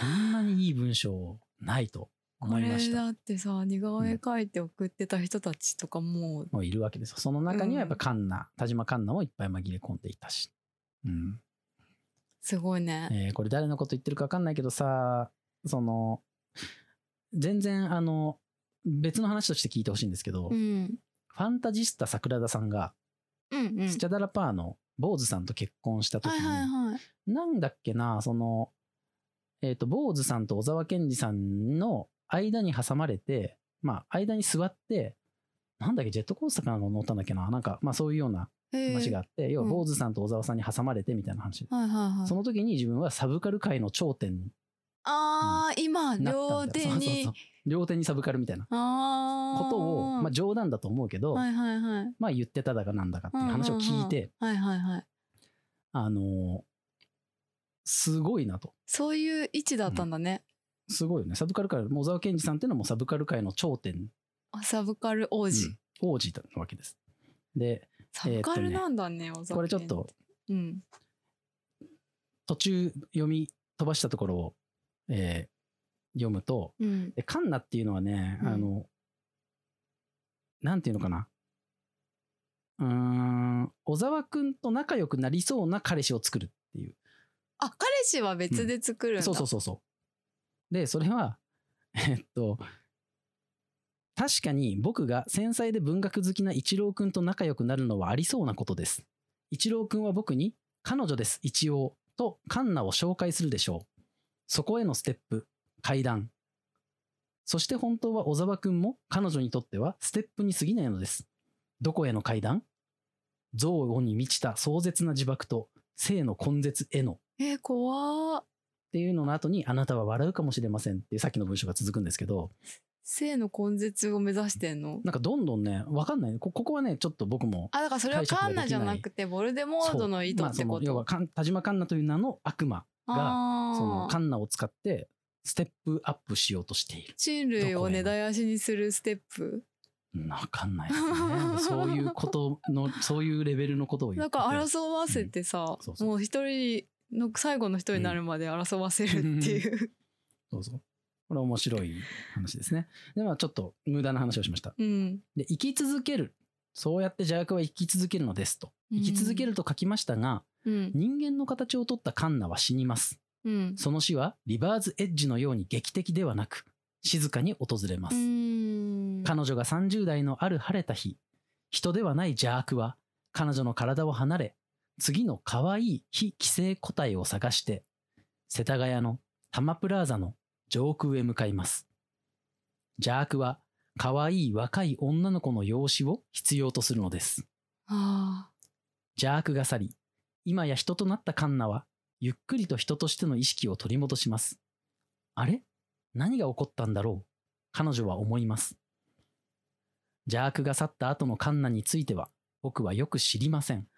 Speaker 1: こんなにいい文章ないと
Speaker 2: こ
Speaker 1: 思いま
Speaker 2: れ
Speaker 1: した
Speaker 2: だってさ、似顔絵描いて送ってた人たちとかもう、
Speaker 1: もういるわけですよその中にはやっぱカンナ、田島カンナもいっぱい紛れ込んでいたし、うん
Speaker 2: すごいね。
Speaker 1: えーこれ誰のこと言ってるか分かんないけどさその全然あの別の話として聞いてほしいんですけど、
Speaker 2: う
Speaker 1: フ
Speaker 2: ん。
Speaker 1: ァンタジスタ桜田さんが
Speaker 2: うんうん。
Speaker 1: スチャダラパーの坊主さんと結婚した時
Speaker 2: はい
Speaker 1: に、
Speaker 2: はいはい。
Speaker 1: なんだっけな、その、えっ、と、坊主さんと小沢健二さんの間に挟まれて、まあ、間に座って、なんだっけ、ジェットコースターかなんか乗ったんだっけな、なんか、まあそういうような
Speaker 2: ええ
Speaker 1: 話があって、要は
Speaker 2: うん
Speaker 1: 坊主さんと小沢さんに挟まれてみたいな話。
Speaker 2: はいはいはい
Speaker 1: そ。の時に自分はサブカル界の頂点に
Speaker 2: ああ、今、
Speaker 1: なった
Speaker 2: 両
Speaker 1: んだ
Speaker 2: 手
Speaker 1: よ。そうそうそ
Speaker 2: に
Speaker 1: う。両手にサブカルみたいな
Speaker 2: ああ。
Speaker 1: ことを、まあ冗談だと思うけど、
Speaker 2: はいはいはい。
Speaker 1: まあ言ってただかなんだかっていう話を聞いて、
Speaker 2: はいはいはい。
Speaker 1: あのーすごいなと。
Speaker 2: そういう位置だったんだね。
Speaker 1: すごいよね。サブカル界、もう小沢健二さんっていうのはもうサブカル界の頂点
Speaker 2: あサブカル王子。
Speaker 1: うん王子なわけです。で、
Speaker 2: サブカルなんだね、小沢健
Speaker 1: これちょっ。と
Speaker 2: うん。
Speaker 1: 途中読み飛ばしたところを、えー読むと、
Speaker 2: うん。
Speaker 1: でカンナっていうのはね、
Speaker 2: うん
Speaker 1: あの、なんていうのかな。うーん、小沢くんと仲良くなりそうな彼氏を作るっていう。
Speaker 2: あ、彼氏は別で作るんだ。
Speaker 1: そうそうそうそう。で、それは、えっと、確かに僕が繊細で文学好きな一郎くんと仲良くなるのはありそうなことです。一郎くんは僕に、彼女です、一応、とカンナを紹介するでしょう。そこへのステップ、階段。そして本当は小沢くんも彼女にとってはステップに過ぎないのです。どこへの階段憎悪に満ちた壮絶な自爆と性の根絶への
Speaker 2: えー、怖ー。
Speaker 1: っていうのの後に、あなたは笑うかもしれませんっていうさっきの文章が続くんですけど、
Speaker 2: 性の根絶を目指してんの
Speaker 1: なんかどんどんね、わかんない。こここはね、ちょっと僕も、
Speaker 2: あ、だからそれは
Speaker 1: 解釈が
Speaker 2: カ
Speaker 1: で
Speaker 2: ン
Speaker 1: きない
Speaker 2: ナじゃなくて、ボルデモードの意図
Speaker 1: まあ
Speaker 2: っ
Speaker 1: そ
Speaker 2: てこ
Speaker 1: の、
Speaker 2: と。
Speaker 1: 要は、かん田島カンナという名の悪魔、
Speaker 2: あ
Speaker 1: その
Speaker 2: ー
Speaker 1: カンナを使って、ステップアップしようとしている。
Speaker 2: 人類を根絶やしにするステップ。
Speaker 1: うんわかんない ですね。そういうことの、そういうレベルのことを言っ
Speaker 2: なん
Speaker 1: て
Speaker 2: か争わせてさ、
Speaker 1: そうそう
Speaker 2: もう一人の最後の人になるまで争わせるっていう。
Speaker 1: どうぞ。これ面白い話ですね。で、まあちょっと無駄な話をしました。
Speaker 2: うん。
Speaker 1: で、生き続ける。そうやって邪悪は生き続けるのですと。
Speaker 2: うん
Speaker 1: 生き続けると書きましたが、
Speaker 2: うん。
Speaker 1: 人間の形を取ったカンナは死にます。
Speaker 2: うん。
Speaker 1: その死はリバーズエッジのように劇的ではなく静かに訪れます、
Speaker 2: うん。
Speaker 1: 彼女が30代のある晴れた日人ではない邪悪は彼女の体を離れ次の可愛い非寄生個体を探して世田谷のタマプラーザの上空へ向かいます邪悪は可愛い若い女の子の養子を必要とするのです
Speaker 2: あ
Speaker 1: 邪悪が去り、今や人となったカンナは、ゆっくりと人としての意識を取り戻します。あれ何が起こったんだろう彼女は思います。邪悪が去った後のカンナについては、僕はよく知りません。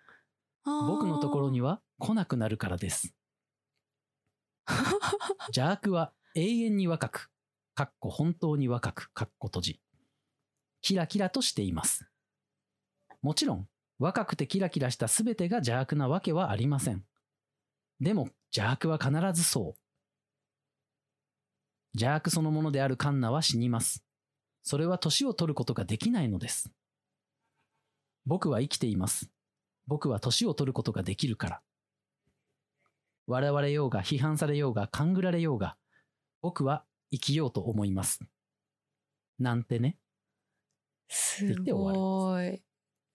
Speaker 2: あ。
Speaker 1: 僕のところには来なくなるからです。邪悪は永遠に若く、かっこ本当に若く、かっこ閉じ。キラキラとしています。もちろん、若くてキラキラした全てが邪悪なわけはありません。でも邪悪は必ずそう。邪悪そのものであるカンナは死にます。それは年を取ることができないのです。僕は生きています。僕は年を取ることができるから。笑われようが批判されようが勘ぐられようが、僕は生きようと思います。なんてね。
Speaker 2: すごい。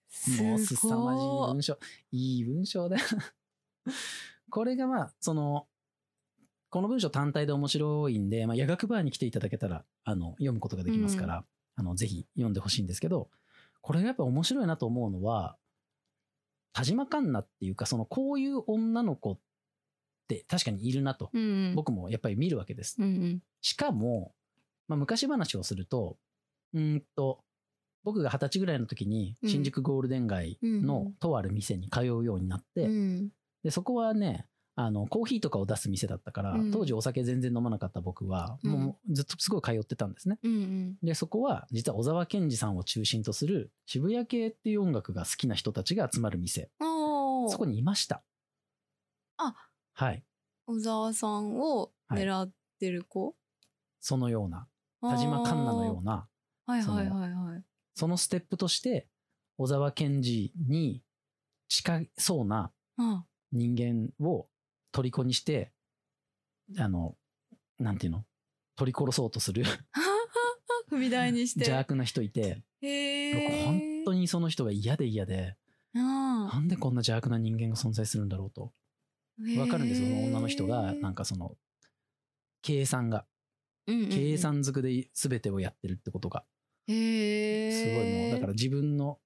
Speaker 2: す
Speaker 1: もうすさまじい
Speaker 2: ごい
Speaker 1: 文章。いい文章だよ。 これがまあ、その、この文章単体で面白いんで、まあ、夜学バーに来ていただけたら、あの、読むことができますから、あの、ぜひ読んでほしいんですけど、これがやっぱ面白いなと思うのは、田島カンナっていうか、その、こういう女の子って確かにいるなと、
Speaker 2: うん
Speaker 1: 僕もやっぱり見るわけです。
Speaker 2: うんうん
Speaker 1: しかも、まあ、昔話をすると、うーんと、僕が二十歳ぐらいの時に
Speaker 2: うん
Speaker 1: 新宿ゴールデン街
Speaker 2: うんう
Speaker 1: の
Speaker 2: ん
Speaker 1: とある店に通うようになって、
Speaker 2: うん
Speaker 1: でそこはね、あのコーヒーとかを出す店だったから、
Speaker 2: うん
Speaker 1: 当時お酒全然飲まなかった僕は、
Speaker 2: うん
Speaker 1: もうずっとすごい通ってたんですね。
Speaker 2: うんうん
Speaker 1: で、そこは実は小沢健二さんを中心とする渋谷系っていう音楽が好きな人たちが集まる店、
Speaker 2: おー
Speaker 1: そこにいました。
Speaker 2: あ
Speaker 1: はい。
Speaker 2: 小沢さんを狙ってる子、
Speaker 1: そのような、田島環奈のような、
Speaker 2: うはい
Speaker 1: その
Speaker 2: はいはいはい
Speaker 1: そのステップとして、小沢健二に近そうな
Speaker 2: あ
Speaker 1: 人間を虜にして、あの、なんていうの取り殺そうとする
Speaker 2: 踏み台にして
Speaker 1: 邪悪な人いて、
Speaker 2: へ
Speaker 1: 僕
Speaker 2: え
Speaker 1: 本当
Speaker 2: に
Speaker 1: にその人が嫌で嫌で、
Speaker 2: あ
Speaker 1: なんでこんな邪悪な人間が存在するんだろうと。
Speaker 2: あ
Speaker 1: わかるんですよ、その女の人が、なん
Speaker 2: か
Speaker 1: かその、計算が、計算づくで全てをやってるってことが、
Speaker 2: へえ
Speaker 1: すごいもう、だから自分の、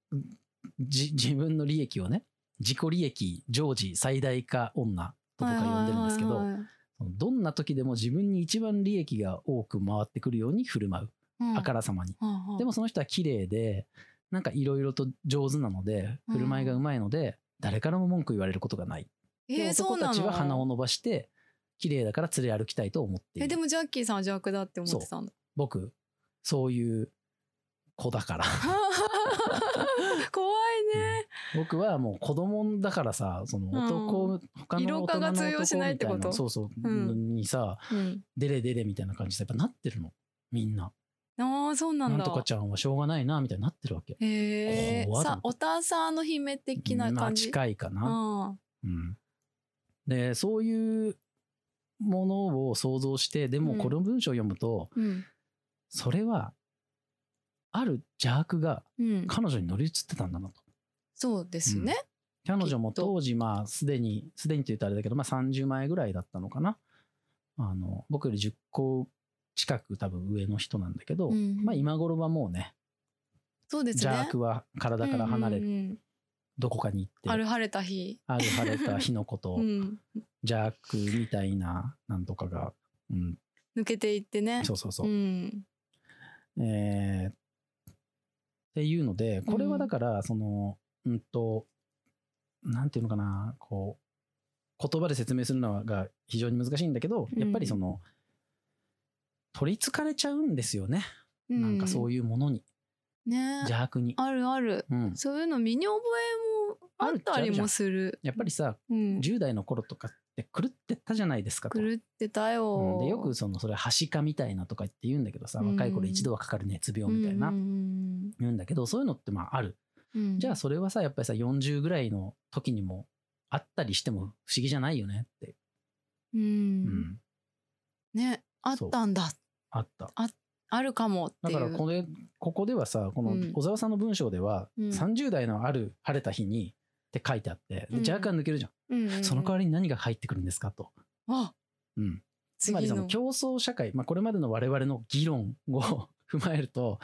Speaker 1: じ自分の利益をね、自己利益常時最大化女と僕は呼んでるんですけ
Speaker 2: はいはい
Speaker 1: ど、
Speaker 2: はいはい
Speaker 1: そのどんな時でも自分に一番利益が多く回ってくるように振る舞う。
Speaker 2: うん
Speaker 1: あからさまに。
Speaker 2: はあはあ
Speaker 1: でもその人は綺麗で、なんかいろいろと上手なので、振る舞いがうまいので、誰からも文句言われることがない。
Speaker 2: え
Speaker 1: で
Speaker 2: ーそ
Speaker 1: 男
Speaker 2: うな
Speaker 1: たち
Speaker 2: の
Speaker 1: は鼻を伸ばして、綺麗だから連れ歩きたいと思ってい
Speaker 2: えで
Speaker 1: る。
Speaker 2: もジャッキーさんは邪悪だって思ってたんだ
Speaker 1: 僕、そういう子だから。
Speaker 2: 怖いね
Speaker 1: 僕はもう子供だからさその男、
Speaker 2: う
Speaker 1: 他の
Speaker 2: 色
Speaker 1: 大人
Speaker 2: 化
Speaker 1: の
Speaker 2: が
Speaker 1: 男
Speaker 2: 通
Speaker 1: み
Speaker 2: 用しないっ
Speaker 1: た
Speaker 2: て
Speaker 1: い
Speaker 2: こ
Speaker 1: な
Speaker 2: と
Speaker 1: そうそう、
Speaker 2: うん
Speaker 1: にさ
Speaker 2: うん
Speaker 1: デレデレみたいな感じでやっぱなってるのみんな
Speaker 2: ああそうな
Speaker 1: なん
Speaker 2: だ
Speaker 1: んとかちゃんはしょうがないなみたいになってるわけ
Speaker 2: へえ
Speaker 1: 怖っ
Speaker 2: さおたさの姫的な
Speaker 1: まあ
Speaker 2: 感じ、
Speaker 1: 近いか
Speaker 2: う
Speaker 1: な、
Speaker 2: ん
Speaker 1: うんでそういうものを想像してでも
Speaker 2: うん
Speaker 1: この文章を読むと、
Speaker 2: うん
Speaker 1: それはある邪悪が
Speaker 2: うん
Speaker 1: 彼女に乗り移ってたんだなと
Speaker 2: そうですね、
Speaker 1: 彼女も
Speaker 2: きっと
Speaker 1: 当時まあすでにすでにと言うとあれだけど、まあ、30前ぐらいだったのかなあの僕より10個近く多分上の人なんだけど、
Speaker 2: うん
Speaker 1: まあ、今頃はもうね
Speaker 2: そうですね
Speaker 1: 邪悪は体から離れ、
Speaker 2: うんうんうん
Speaker 1: どこかに行って
Speaker 2: ある晴れた日
Speaker 1: ある晴れた日のこと、
Speaker 2: うん
Speaker 1: 邪悪みたいななんとかが、うん、
Speaker 2: 抜けていってね
Speaker 1: そうそうそう、
Speaker 2: ん
Speaker 1: えーっていうので、これはだから、その、うんと、なんていうのかな、こう、言葉で説明するのが非常に難しいんだけど、
Speaker 2: うん
Speaker 1: やっぱりその、取りつかれちゃうんですよね。
Speaker 2: う
Speaker 1: なんかそう
Speaker 2: い
Speaker 1: いうものに、
Speaker 2: うね
Speaker 1: 邪悪に。
Speaker 2: あるある
Speaker 1: うん。
Speaker 2: そういうの身に覚えもあったりもする
Speaker 1: やっぱりさ、
Speaker 2: うん
Speaker 1: 10代の頃とかって狂ってたじゃないですかと。
Speaker 2: 狂ってた
Speaker 1: うん
Speaker 2: よ、
Speaker 1: でよくその、それ、はしかみたいなとか言って言うんだけどさ、
Speaker 2: うん
Speaker 1: 若い頃一度はかかる熱病みたいな、
Speaker 2: うんうん
Speaker 1: 言うんだけど、そういうのってまあある。
Speaker 2: うんうん
Speaker 1: じゃあそれはさやっぱりさ40ぐらいの時にもあったりしても不思議じゃないよねって、
Speaker 2: うん、
Speaker 1: うん、
Speaker 2: ねあったんだ
Speaker 1: あった
Speaker 2: あるかもっ
Speaker 1: だ
Speaker 2: てい
Speaker 1: から
Speaker 2: う
Speaker 1: これここではさこの
Speaker 2: うん
Speaker 1: 小沢さんの文章では、
Speaker 2: うん
Speaker 1: 30代のある晴れた日にって書いてあって
Speaker 2: うん
Speaker 1: 若干抜けるじゃん、
Speaker 2: うんうんうん
Speaker 1: その代わりに何が入ってくるんですかと、
Speaker 2: あ
Speaker 1: うん、つ
Speaker 2: 次
Speaker 1: まりその
Speaker 2: の
Speaker 1: 競争社会、まあ、これまでの我々の議論を 踏まえると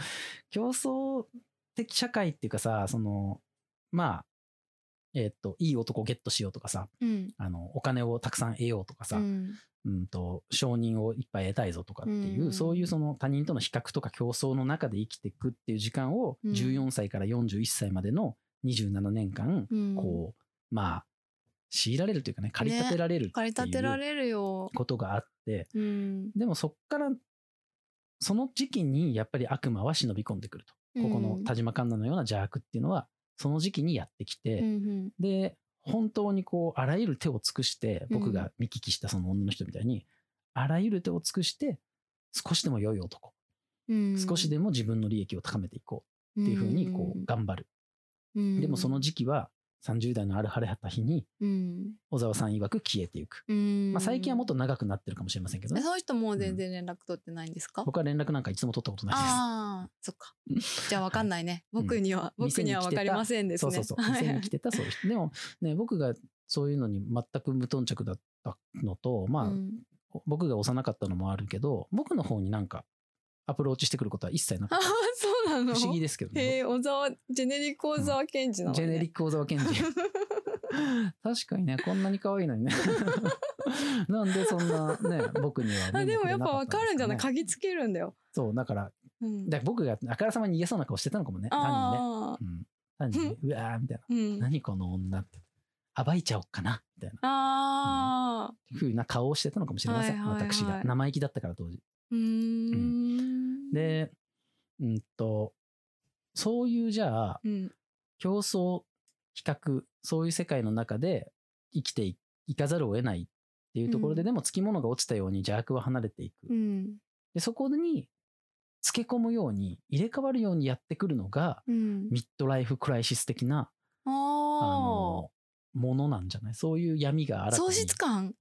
Speaker 1: 競争的社会っていうかさそのまあえっといい男をゲットしようとかさ
Speaker 2: うん
Speaker 1: あのお金をたくさん得ようとかさ、
Speaker 2: うん
Speaker 1: うんと承認をいっぱい得たいぞとかっていう、
Speaker 2: うん
Speaker 1: そういうその他人との比較とか競争の中で生きていくっていう時間を
Speaker 2: うん
Speaker 1: 14歳から41歳までの27年間、
Speaker 2: うん
Speaker 1: こうまあ強いられるというかね駆り立てられるって
Speaker 2: 駆り立てら
Speaker 1: いう
Speaker 2: れるよ。
Speaker 1: ことがあって
Speaker 2: うん、
Speaker 1: でもそっからその時期にやっぱり悪魔は忍び込んでくると、ここの田島環奈のような邪悪っていうのはその時期にやってきて、
Speaker 2: うん
Speaker 1: で本当にこう、あらゆる手を尽くして、僕が見聞きしたその女の人みたいに、あらゆる手を尽くして、少しでも良い男、
Speaker 2: うん
Speaker 1: 少しでも自分の利益を高めていこうっていうふうに、こう、頑張る。
Speaker 2: うん
Speaker 1: でもその時期は、30代のある晴れた日に、
Speaker 2: うん
Speaker 1: 小沢さん曰く消えていく。
Speaker 2: うん
Speaker 1: まあ、最近はもっと長くなってるかもしれませんけど
Speaker 2: え
Speaker 1: ね。
Speaker 2: その人もう全然連絡取ってないんですか、
Speaker 1: 僕は連絡なんか一度も取ったことないです。
Speaker 2: ああ そっかじゃあわかんないね僕には、
Speaker 1: うん
Speaker 2: 僕にはわかりませんです
Speaker 1: そう
Speaker 2: ね
Speaker 1: そうそう。 店に来てたそういう人。でもね、僕がそういうのに全く無頓着だったのと、まあ、
Speaker 2: うん
Speaker 1: 僕が幼かったのもあるけど、僕の方になんかアプローチしてくることは一切な
Speaker 2: あ
Speaker 1: かっ
Speaker 2: ーそうな
Speaker 1: た。
Speaker 2: の
Speaker 1: 不思議ですけど
Speaker 2: へ
Speaker 1: ね。
Speaker 2: え小沢ジェネリック小沢健二なの、ね
Speaker 1: ジェネリック小沢 健二。確かにね、こんなに可愛いのにね。 なんでそんなね、僕には
Speaker 2: あ
Speaker 1: 目
Speaker 2: で
Speaker 1: も
Speaker 2: も
Speaker 1: く
Speaker 2: や
Speaker 1: れな
Speaker 2: っぱ
Speaker 1: か
Speaker 2: わ
Speaker 1: った
Speaker 2: かるんじゃない
Speaker 1: ですね
Speaker 2: 嗅ぎつけるんだよ、
Speaker 1: そう、だから、
Speaker 2: うん、
Speaker 1: だから僕があからさまに言えそうな顔してたのかもね。単にね。
Speaker 2: あ
Speaker 1: うん。単にね、うわーみたいな。
Speaker 2: ーうん
Speaker 1: 何この女って。暴いちゃおっかなみたいな。
Speaker 2: あ
Speaker 1: ふうな顔をしてたのかもしれません。
Speaker 2: はいはいはい
Speaker 1: 私が。生意気だったから当時。
Speaker 2: ーうーん
Speaker 1: で、うんと、そういうじゃあ、
Speaker 2: うん
Speaker 1: 競争、比較、そういう世界の中で生きていいかざるを得ないっていうところで、
Speaker 2: うん
Speaker 1: でもつきものが落ちたように邪悪は離れていく。
Speaker 2: うん
Speaker 1: でそこに、つけ込むように、入れ替わるようにやってくるのが、
Speaker 2: うん
Speaker 1: ミッドライフクライシス的な、あ
Speaker 2: ああ
Speaker 1: の、ものなんじゃないそういう闇が新たに。
Speaker 2: 喪失感ボ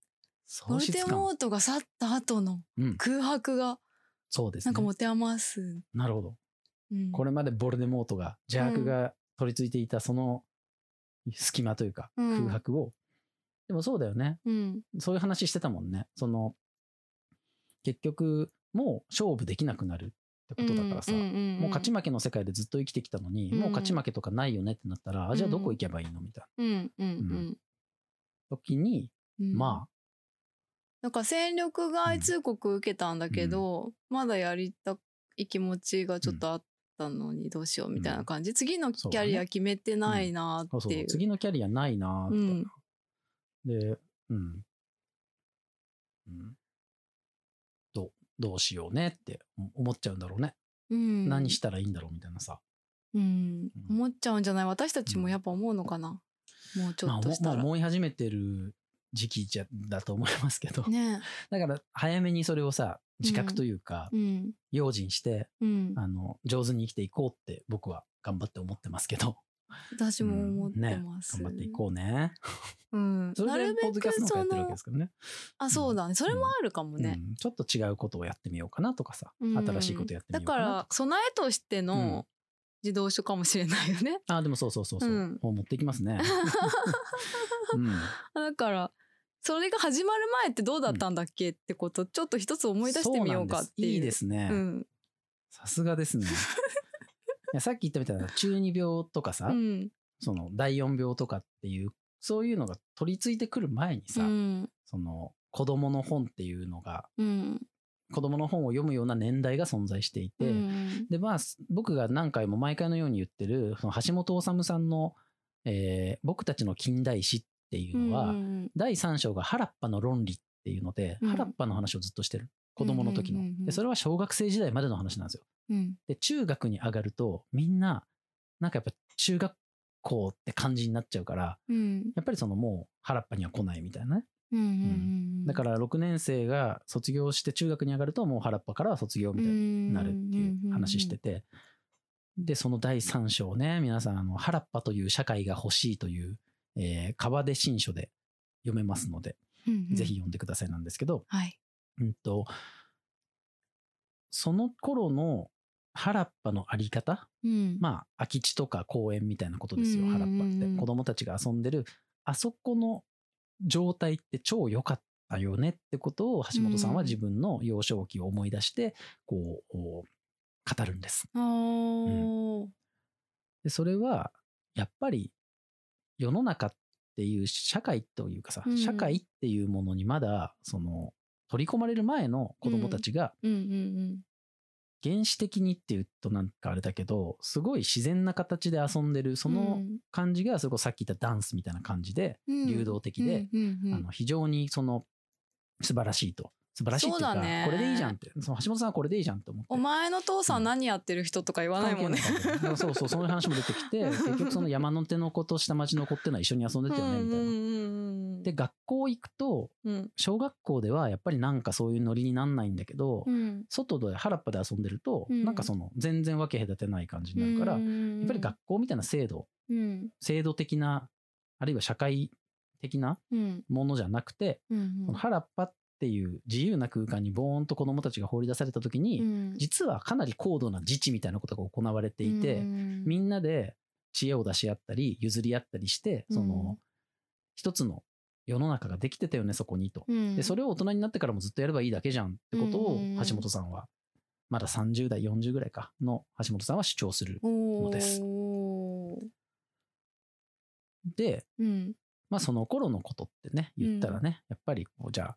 Speaker 1: 喪
Speaker 2: ルテ
Speaker 1: 失
Speaker 2: モ
Speaker 1: 感。
Speaker 2: ートが去った後の
Speaker 1: うん。
Speaker 2: 空白が
Speaker 1: そうです
Speaker 2: な
Speaker 1: ね。
Speaker 2: んか持て余す、
Speaker 1: なるほど。
Speaker 2: うん、
Speaker 1: これまでボルデモートが邪悪が取り付いていたその隙間というか
Speaker 2: うん
Speaker 1: 空白を、でもそうだよね
Speaker 2: うん
Speaker 1: そういう話してたもんねその結局もう勝負できなくなるってことだからさ、
Speaker 2: うんうんうんうん
Speaker 1: もう勝ち負けの世界でずっと生きてきたのに、
Speaker 2: うん
Speaker 1: もう勝ち負けとかないよねってなったら、あじゃあどこ行けばいいのみたい
Speaker 2: うんうん
Speaker 1: な時に、
Speaker 2: うん、あ
Speaker 1: まあ
Speaker 2: なんか戦力外通告受けたんだけど、まだやりたい気持ちがちょっとあったのにどうしようみたいな感じ、次のキ
Speaker 1: そうだ
Speaker 2: ャ
Speaker 1: ね
Speaker 2: リア決めてないな
Speaker 1: そう
Speaker 2: っ
Speaker 1: そ
Speaker 2: て
Speaker 1: う
Speaker 2: いう,、
Speaker 1: 次のキャリアないなーみたいな、でうん、うん、どうどうしようねって思っちゃうんだろうね
Speaker 2: うん
Speaker 1: 何したらいいんだろうみたいなさ。
Speaker 2: うん、思っちゃうんじゃない私たちもやっぱ思うのかな、もうちょ
Speaker 1: まあ、
Speaker 2: っ
Speaker 1: も
Speaker 2: と
Speaker 1: う
Speaker 2: したら、
Speaker 1: もう思い始めてる時期じゃだと思いますけど、
Speaker 2: ね
Speaker 1: だから早めにそれをさ、自覚というか、
Speaker 2: うん
Speaker 1: 用心して、
Speaker 2: うん
Speaker 1: あの、上手に生きていこうって僕は頑張って思ってますけど、
Speaker 2: 私も思って
Speaker 1: ね
Speaker 2: ます、
Speaker 1: 頑張っていこうね。
Speaker 2: うん、
Speaker 1: そ
Speaker 2: な
Speaker 1: れ
Speaker 2: る
Speaker 1: で、ポッド
Speaker 2: べ
Speaker 1: キャ
Speaker 2: く
Speaker 1: スト
Speaker 2: そ
Speaker 1: なんかやってるわけ
Speaker 2: の
Speaker 1: ですけどね。
Speaker 2: あそうだねそれもあるかもね、
Speaker 1: うんちょっと違うことをやってみようかなとかさ、
Speaker 2: うん
Speaker 1: 新しいことやってみよ
Speaker 2: だ
Speaker 1: うか
Speaker 2: か
Speaker 1: なと
Speaker 2: ら備えとしての自動書かもしれないよね、
Speaker 1: あ、でもそうそうそうそう。
Speaker 2: うん
Speaker 1: もう持ってきます ね。うん、
Speaker 2: だからそれが始まる前ってどうだったんだっけってことちょっと一つ思い出してみようかっ
Speaker 1: そなん
Speaker 2: ていう
Speaker 1: ですいいですね。
Speaker 2: うん
Speaker 1: さすが ですね。いやさっき言ったみたいな中二病とかさ、
Speaker 2: うん
Speaker 1: その第四病とかっていう、そういうのが取り付いてくる前にさ、
Speaker 2: うん
Speaker 1: その子供の本っていうのが、
Speaker 2: うん
Speaker 1: 子供の本を読むような年代が存在していて、
Speaker 2: うん
Speaker 1: で、まあ、す僕が何回も毎回のように言ってる、その橋本治さんの、えー僕たちの近代史っていうのは、
Speaker 2: うん
Speaker 1: 第三章が原っぱの論理っていうので、
Speaker 2: うん
Speaker 1: 原っぱの話をずっとしてる。子供の時
Speaker 2: うんうんうんう
Speaker 1: の。
Speaker 2: ん
Speaker 1: で、それは小学生時代までの話なんですよ。
Speaker 2: うん
Speaker 1: で、中学に上がると、みんな、なんかやっぱ中学校って感じになっちゃうから、
Speaker 2: うん
Speaker 1: やっぱりそのもう原っぱには来ないみたいなね。
Speaker 2: うんうん
Speaker 1: だから6年生が卒業して中学に上がるともう原っぱからは卒業みたいに
Speaker 2: に
Speaker 1: なるっていう話してて。で、その第3章ね、皆さん、あの、原っぱという社会が欲しいという、えー、川出新書で読めますので、ぜひ読んでくださいなんですけど、
Speaker 2: はい
Speaker 1: うんと、その頃の原っぱのあり方、
Speaker 2: うん
Speaker 1: まあ、空き地とか公園みたいなことですよ、
Speaker 2: うんうん
Speaker 1: 原
Speaker 2: う
Speaker 1: っ
Speaker 2: ん
Speaker 1: ぱ
Speaker 2: う
Speaker 1: っ
Speaker 2: ん
Speaker 1: て。子供たちが遊んでる、あそこの状態って超良かったよねってことを、橋本さんは自分の幼少期を思い出して、こう、お語るんです。
Speaker 2: あー
Speaker 1: でそれは、やっぱり、世の中っていう社会というかさ
Speaker 2: う、ん
Speaker 1: 社会っていうものにまだ、その、取り込まれる前の子供たちが、
Speaker 2: うんうん
Speaker 1: 原始的にっていうとなんかあれだけど、すごい自然な形で遊んでる、その感じが、それこそさっき言ったダンスみたいな感じで、
Speaker 2: うん
Speaker 1: 流動的で
Speaker 2: うんうんうん
Speaker 1: あの非常にその素晴らしいと。素晴らしいっていうか
Speaker 2: そうだね
Speaker 1: これでいいじゃんってその橋本さんはこれでいいじゃんって思って
Speaker 2: お前の父さん何やってる人とか言わないもんね。
Speaker 1: 関係ないから ねそうそうそういう話も出てきて結局その山の手の子と下町の子っていうのは一緒に遊んでたよねみたいな。
Speaker 2: み
Speaker 1: で学校行くと
Speaker 2: うん
Speaker 1: 小学校ではやっぱりなんかそういうノリになんないんだけど、
Speaker 2: うん、
Speaker 1: 外で原っぱで遊んでると、
Speaker 2: うん
Speaker 1: なんかその全然分け隔てない感じになるから、や
Speaker 2: や
Speaker 1: っぱり学校みたいな制度
Speaker 2: うん
Speaker 1: 制度的なあるいは社会的な
Speaker 2: うん
Speaker 1: ものじゃなくて、
Speaker 2: うん
Speaker 1: その原っぱっていう自由な空間にボーンと子どもたちが放り出された時に、
Speaker 2: うん
Speaker 1: 実はかなり高度な自治みたいなことが行われていて、みんなで知恵を出し合ったり譲り合ったりしてその、一つの世の中ができてたよねそこにと。でそ
Speaker 2: れ
Speaker 1: れを大人になってからもずっとやればいいだけじゃんってこと
Speaker 2: う
Speaker 1: を
Speaker 2: ん
Speaker 1: 橋本さんはまだ30代40ぐらいかの橋本さんは主張する。
Speaker 2: を
Speaker 1: ですで、
Speaker 2: うん
Speaker 1: まあ、その頃のことってね言ったらね、やっぱりこうじゃあ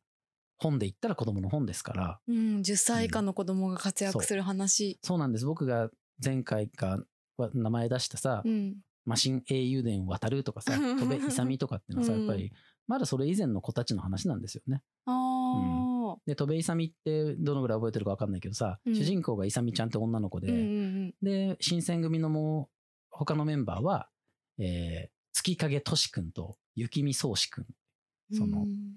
Speaker 1: 本で言ったら子供の本ですから
Speaker 2: うん、10歳以下の子供が活躍する話。
Speaker 1: そうなんです僕が前回かは名前出したさ、
Speaker 2: うん
Speaker 1: マシン英雄伝を渡ると かさ戸部勇とかっていうのはさ
Speaker 2: う
Speaker 1: やっ
Speaker 2: ん
Speaker 1: ぱりまだそれ以前の子たちの話なんですよね。
Speaker 2: あー
Speaker 1: で戸部勇ってどのぐらい覚えてるか分かんないけどさ、
Speaker 2: うん
Speaker 1: 主人公が勇ちゃんって女の子で。
Speaker 2: うんうん
Speaker 1: で、新選組のもう、他のメンバーは、えー月影としくんと雪見宗志くん、
Speaker 2: うん
Speaker 1: その
Speaker 2: うん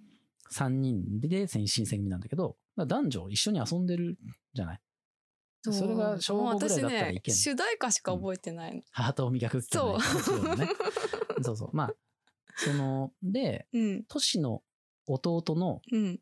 Speaker 1: 3人で新新選組なんだけど、まあ男女一緒に遊んでるじゃない。
Speaker 2: う
Speaker 1: それが小五ぐらいだったらいけん
Speaker 2: 私ね、主題歌しか覚えてないの。
Speaker 1: ハートを磨くっていうのはね
Speaker 2: そう
Speaker 1: もちろんね そうそう。まあ、その、で、
Speaker 2: うん
Speaker 1: としの弟の
Speaker 2: うん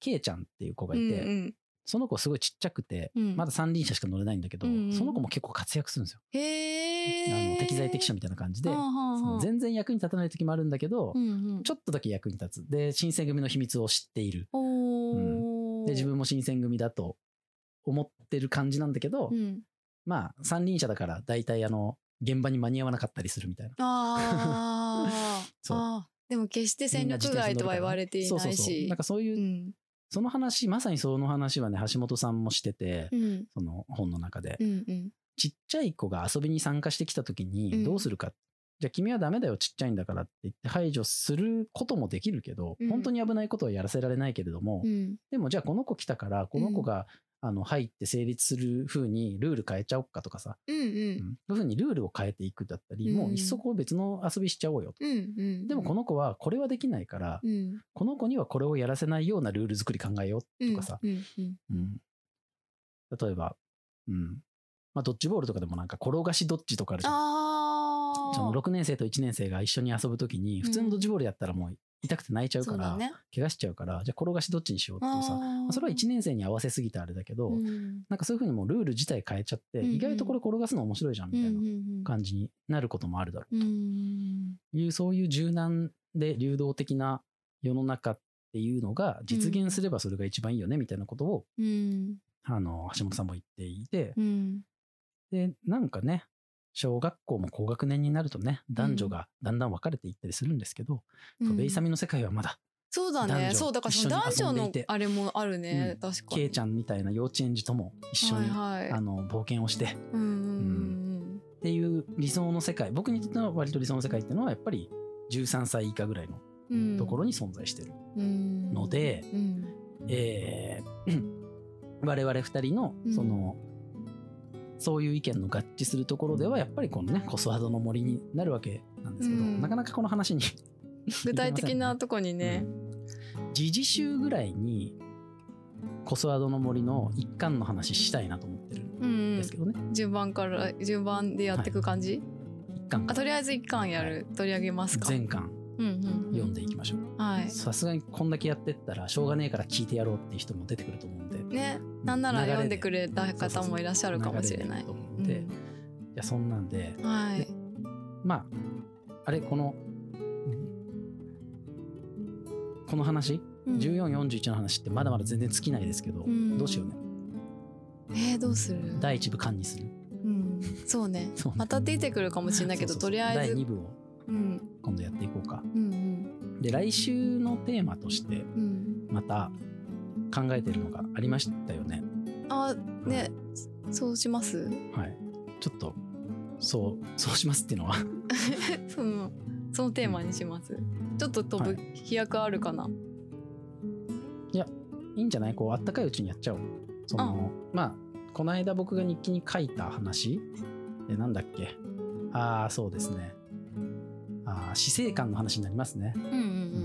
Speaker 1: けいちゃんっていう子が
Speaker 2: う
Speaker 1: い
Speaker 2: ん
Speaker 1: て、
Speaker 2: うん
Speaker 1: その子すごいちっちゃくて、
Speaker 2: うん
Speaker 1: まだ三輪車しか乗れないんだけど、
Speaker 2: うんうん
Speaker 1: その子も結構活躍するんですよ。
Speaker 2: へ
Speaker 1: あ
Speaker 2: え
Speaker 1: の適材適所みたいな感じで、
Speaker 2: はあはあ
Speaker 1: その全然役に立たない時もあるんだけど、
Speaker 2: うんうん
Speaker 1: ちょっとだけ役に立つ。で、新選組の秘密を知っている。
Speaker 2: おー
Speaker 1: で、自分も新選組だと思ってる感じなんだけど、
Speaker 2: うん
Speaker 1: まあ、三輪車だから大体あの、現場に間に合わなかったりするみたいな。
Speaker 2: あ
Speaker 1: そう
Speaker 2: あーでも決して戦力外とは言われてい
Speaker 1: そうそ
Speaker 2: な
Speaker 1: う
Speaker 2: い
Speaker 1: そう。
Speaker 2: し
Speaker 1: なんかそういう、
Speaker 2: うん
Speaker 1: その話、まさにその話はね、橋本さんもしてて、
Speaker 2: うん
Speaker 1: その本の中で
Speaker 2: う。んうん
Speaker 1: ちっちゃい子が遊びに参加してきた時
Speaker 2: うん
Speaker 1: に、どうするか。じゃあ君はダメだよ、ちっちゃいんだからって言って排除することもできるけど、
Speaker 2: うん
Speaker 1: 本当に危ないことはやらせられないけれども、
Speaker 2: うん
Speaker 1: でもじゃあこの子来たから、この子が、あの入って成立する風にルール変えちゃおっかとかさ、
Speaker 2: うんう
Speaker 1: うんんそういう風にルールを変えていくだったり、
Speaker 2: うん
Speaker 1: もういっそこう別の遊びしちゃおうよと。
Speaker 2: うんうん
Speaker 1: でもこの子はこれはできないから、
Speaker 2: うん
Speaker 1: この子にはこれをやらせないようなルール作り考えようとかさ、
Speaker 2: うんうん
Speaker 1: うん例えば、うんまあ、ドッジボールとかでもなんか転がしドッジとかあるじゃん。
Speaker 2: ああ
Speaker 1: その6年生と1年生が一緒に遊ぶときに、普通のドッジボールやったらもう痛くて泣いちゃう
Speaker 2: そ
Speaker 1: か
Speaker 2: うだ
Speaker 1: ら、
Speaker 2: ね
Speaker 1: 怪我しちゃうから、じゃあ転がしどっちにしようっていうさ、まあそれは1年生に合わせすぎたあれだけど、
Speaker 2: うんうん
Speaker 1: なんかそういうふうにもうルール自体変えちゃって、
Speaker 2: うんうん
Speaker 1: 意外とこれ転がすの面白いじゃんみたいな
Speaker 2: うん
Speaker 1: 感じになることもあるだろ
Speaker 2: うんうん
Speaker 1: ういう、そういう柔軟で流動的な世の中っていうのが実現すればそれが一番いいよねみたいなことを、
Speaker 2: うん
Speaker 1: あの、橋本さんも言っていて、
Speaker 2: うん
Speaker 1: で、なんかね、小学校も高学年になるとね、男女がだんだん分かれていったりするんですけど、
Speaker 2: うん
Speaker 1: 戸部勇の世界はまだ、
Speaker 2: そうだ
Speaker 1: 男
Speaker 2: ね
Speaker 1: 女
Speaker 2: そうだからそ
Speaker 1: 一
Speaker 2: の
Speaker 1: 緒
Speaker 2: 男
Speaker 1: に遊
Speaker 2: 女
Speaker 1: んで
Speaker 2: の
Speaker 1: いて
Speaker 2: あれもあるね
Speaker 1: うん
Speaker 2: 確か
Speaker 1: ケ
Speaker 2: に
Speaker 1: イちゃんみたいな幼稚園児とも一緒に、
Speaker 2: はいは
Speaker 1: あ
Speaker 2: い
Speaker 1: の、冒険をして、
Speaker 2: うんうん
Speaker 1: っていう理想の世界僕にとっては割と理想の世界っていうのはやっぱり13歳以下ぐらいの
Speaker 2: うんうん
Speaker 1: ところに存在してる
Speaker 2: うん
Speaker 1: ので、
Speaker 2: うん
Speaker 1: えー我々2人の
Speaker 2: うん
Speaker 1: その、そういう意見の合致するところではやっぱりこのねコスワードの森になるわけなんですけど、
Speaker 2: うん
Speaker 1: なかなかこの話に
Speaker 2: 具体的 なとこに
Speaker 1: ね
Speaker 2: ね。
Speaker 1: 自治集ぐらいにコスワードの森の一環の話したいなと思ってる
Speaker 2: うんん
Speaker 1: ですけどね、
Speaker 2: 順番から順番でやっていく感じ、
Speaker 1: 一巻
Speaker 2: あとりあえず一巻やる、取り上げますか
Speaker 1: 全巻
Speaker 2: うんうんうん
Speaker 1: 読んでいきましょう
Speaker 2: はい
Speaker 1: さすがにこんだけやってったらしょうがねえから聞いてやろうっていう人も出てくると思うんで
Speaker 2: ねなんなら
Speaker 1: 流れで
Speaker 2: 読んでくれた方もいらっしゃるかもしれない
Speaker 1: 流と思うんで、
Speaker 2: うん
Speaker 1: いやそんなんで
Speaker 2: はい
Speaker 1: まああれこのこの話、
Speaker 2: うん
Speaker 1: 1441の話ってまだまだ全然尽きないですけど、
Speaker 2: うん
Speaker 1: どうしようね
Speaker 2: えー、どうする、
Speaker 1: 第1部完にする
Speaker 2: うん、そうね
Speaker 1: そうね
Speaker 2: また出てくるかもしれないけど
Speaker 1: そうそうそう
Speaker 2: とりあえず
Speaker 1: 第2部を
Speaker 2: うん
Speaker 1: 今度やっていこうか
Speaker 2: うん
Speaker 1: で来週のテーマとして
Speaker 2: うんうん
Speaker 1: また考えてるのがありましたよね
Speaker 2: あねそうします
Speaker 1: はいちょっとそうそうしますっていうのは
Speaker 2: そのそのテーマにしますちょっと飛ぶ
Speaker 1: は
Speaker 2: 飛躍あるかな、
Speaker 1: いやいいんじゃないこうあったかいうちにやっちゃおう。そのまあこの間僕が日記に書いた話でなんだっけああそうですねああ死生観の話になりますね、
Speaker 2: うんうん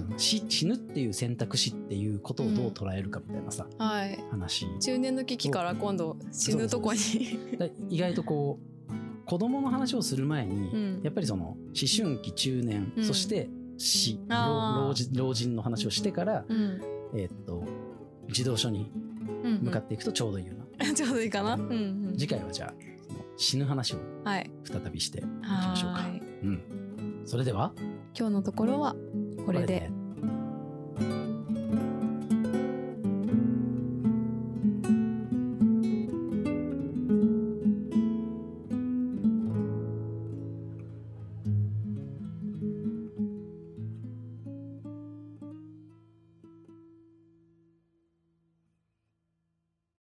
Speaker 1: うん死死ぬっていう選択肢っていうことをどう捉えるかみたいなさ、
Speaker 2: うん。はい。
Speaker 1: 話
Speaker 2: 中年の危機から今度死ぬとこに。
Speaker 1: だ意外とこう子供の話をする前に、
Speaker 2: うん
Speaker 1: やっぱりその思春期中年、
Speaker 2: うん
Speaker 1: そして死
Speaker 2: あー
Speaker 1: 老老人老人の話をしてから、
Speaker 2: うん。
Speaker 1: えーっと児童書に
Speaker 2: うんうん
Speaker 1: 向かっていくとちょうどいいよな、
Speaker 2: ちょうどいいかな。うんうん。
Speaker 1: 次回はじゃあその死ぬ話を
Speaker 2: はい。
Speaker 1: 再びしていき
Speaker 2: は
Speaker 1: ましょうか
Speaker 2: ーい。
Speaker 1: うん、それでは
Speaker 2: 今日のところはこれで。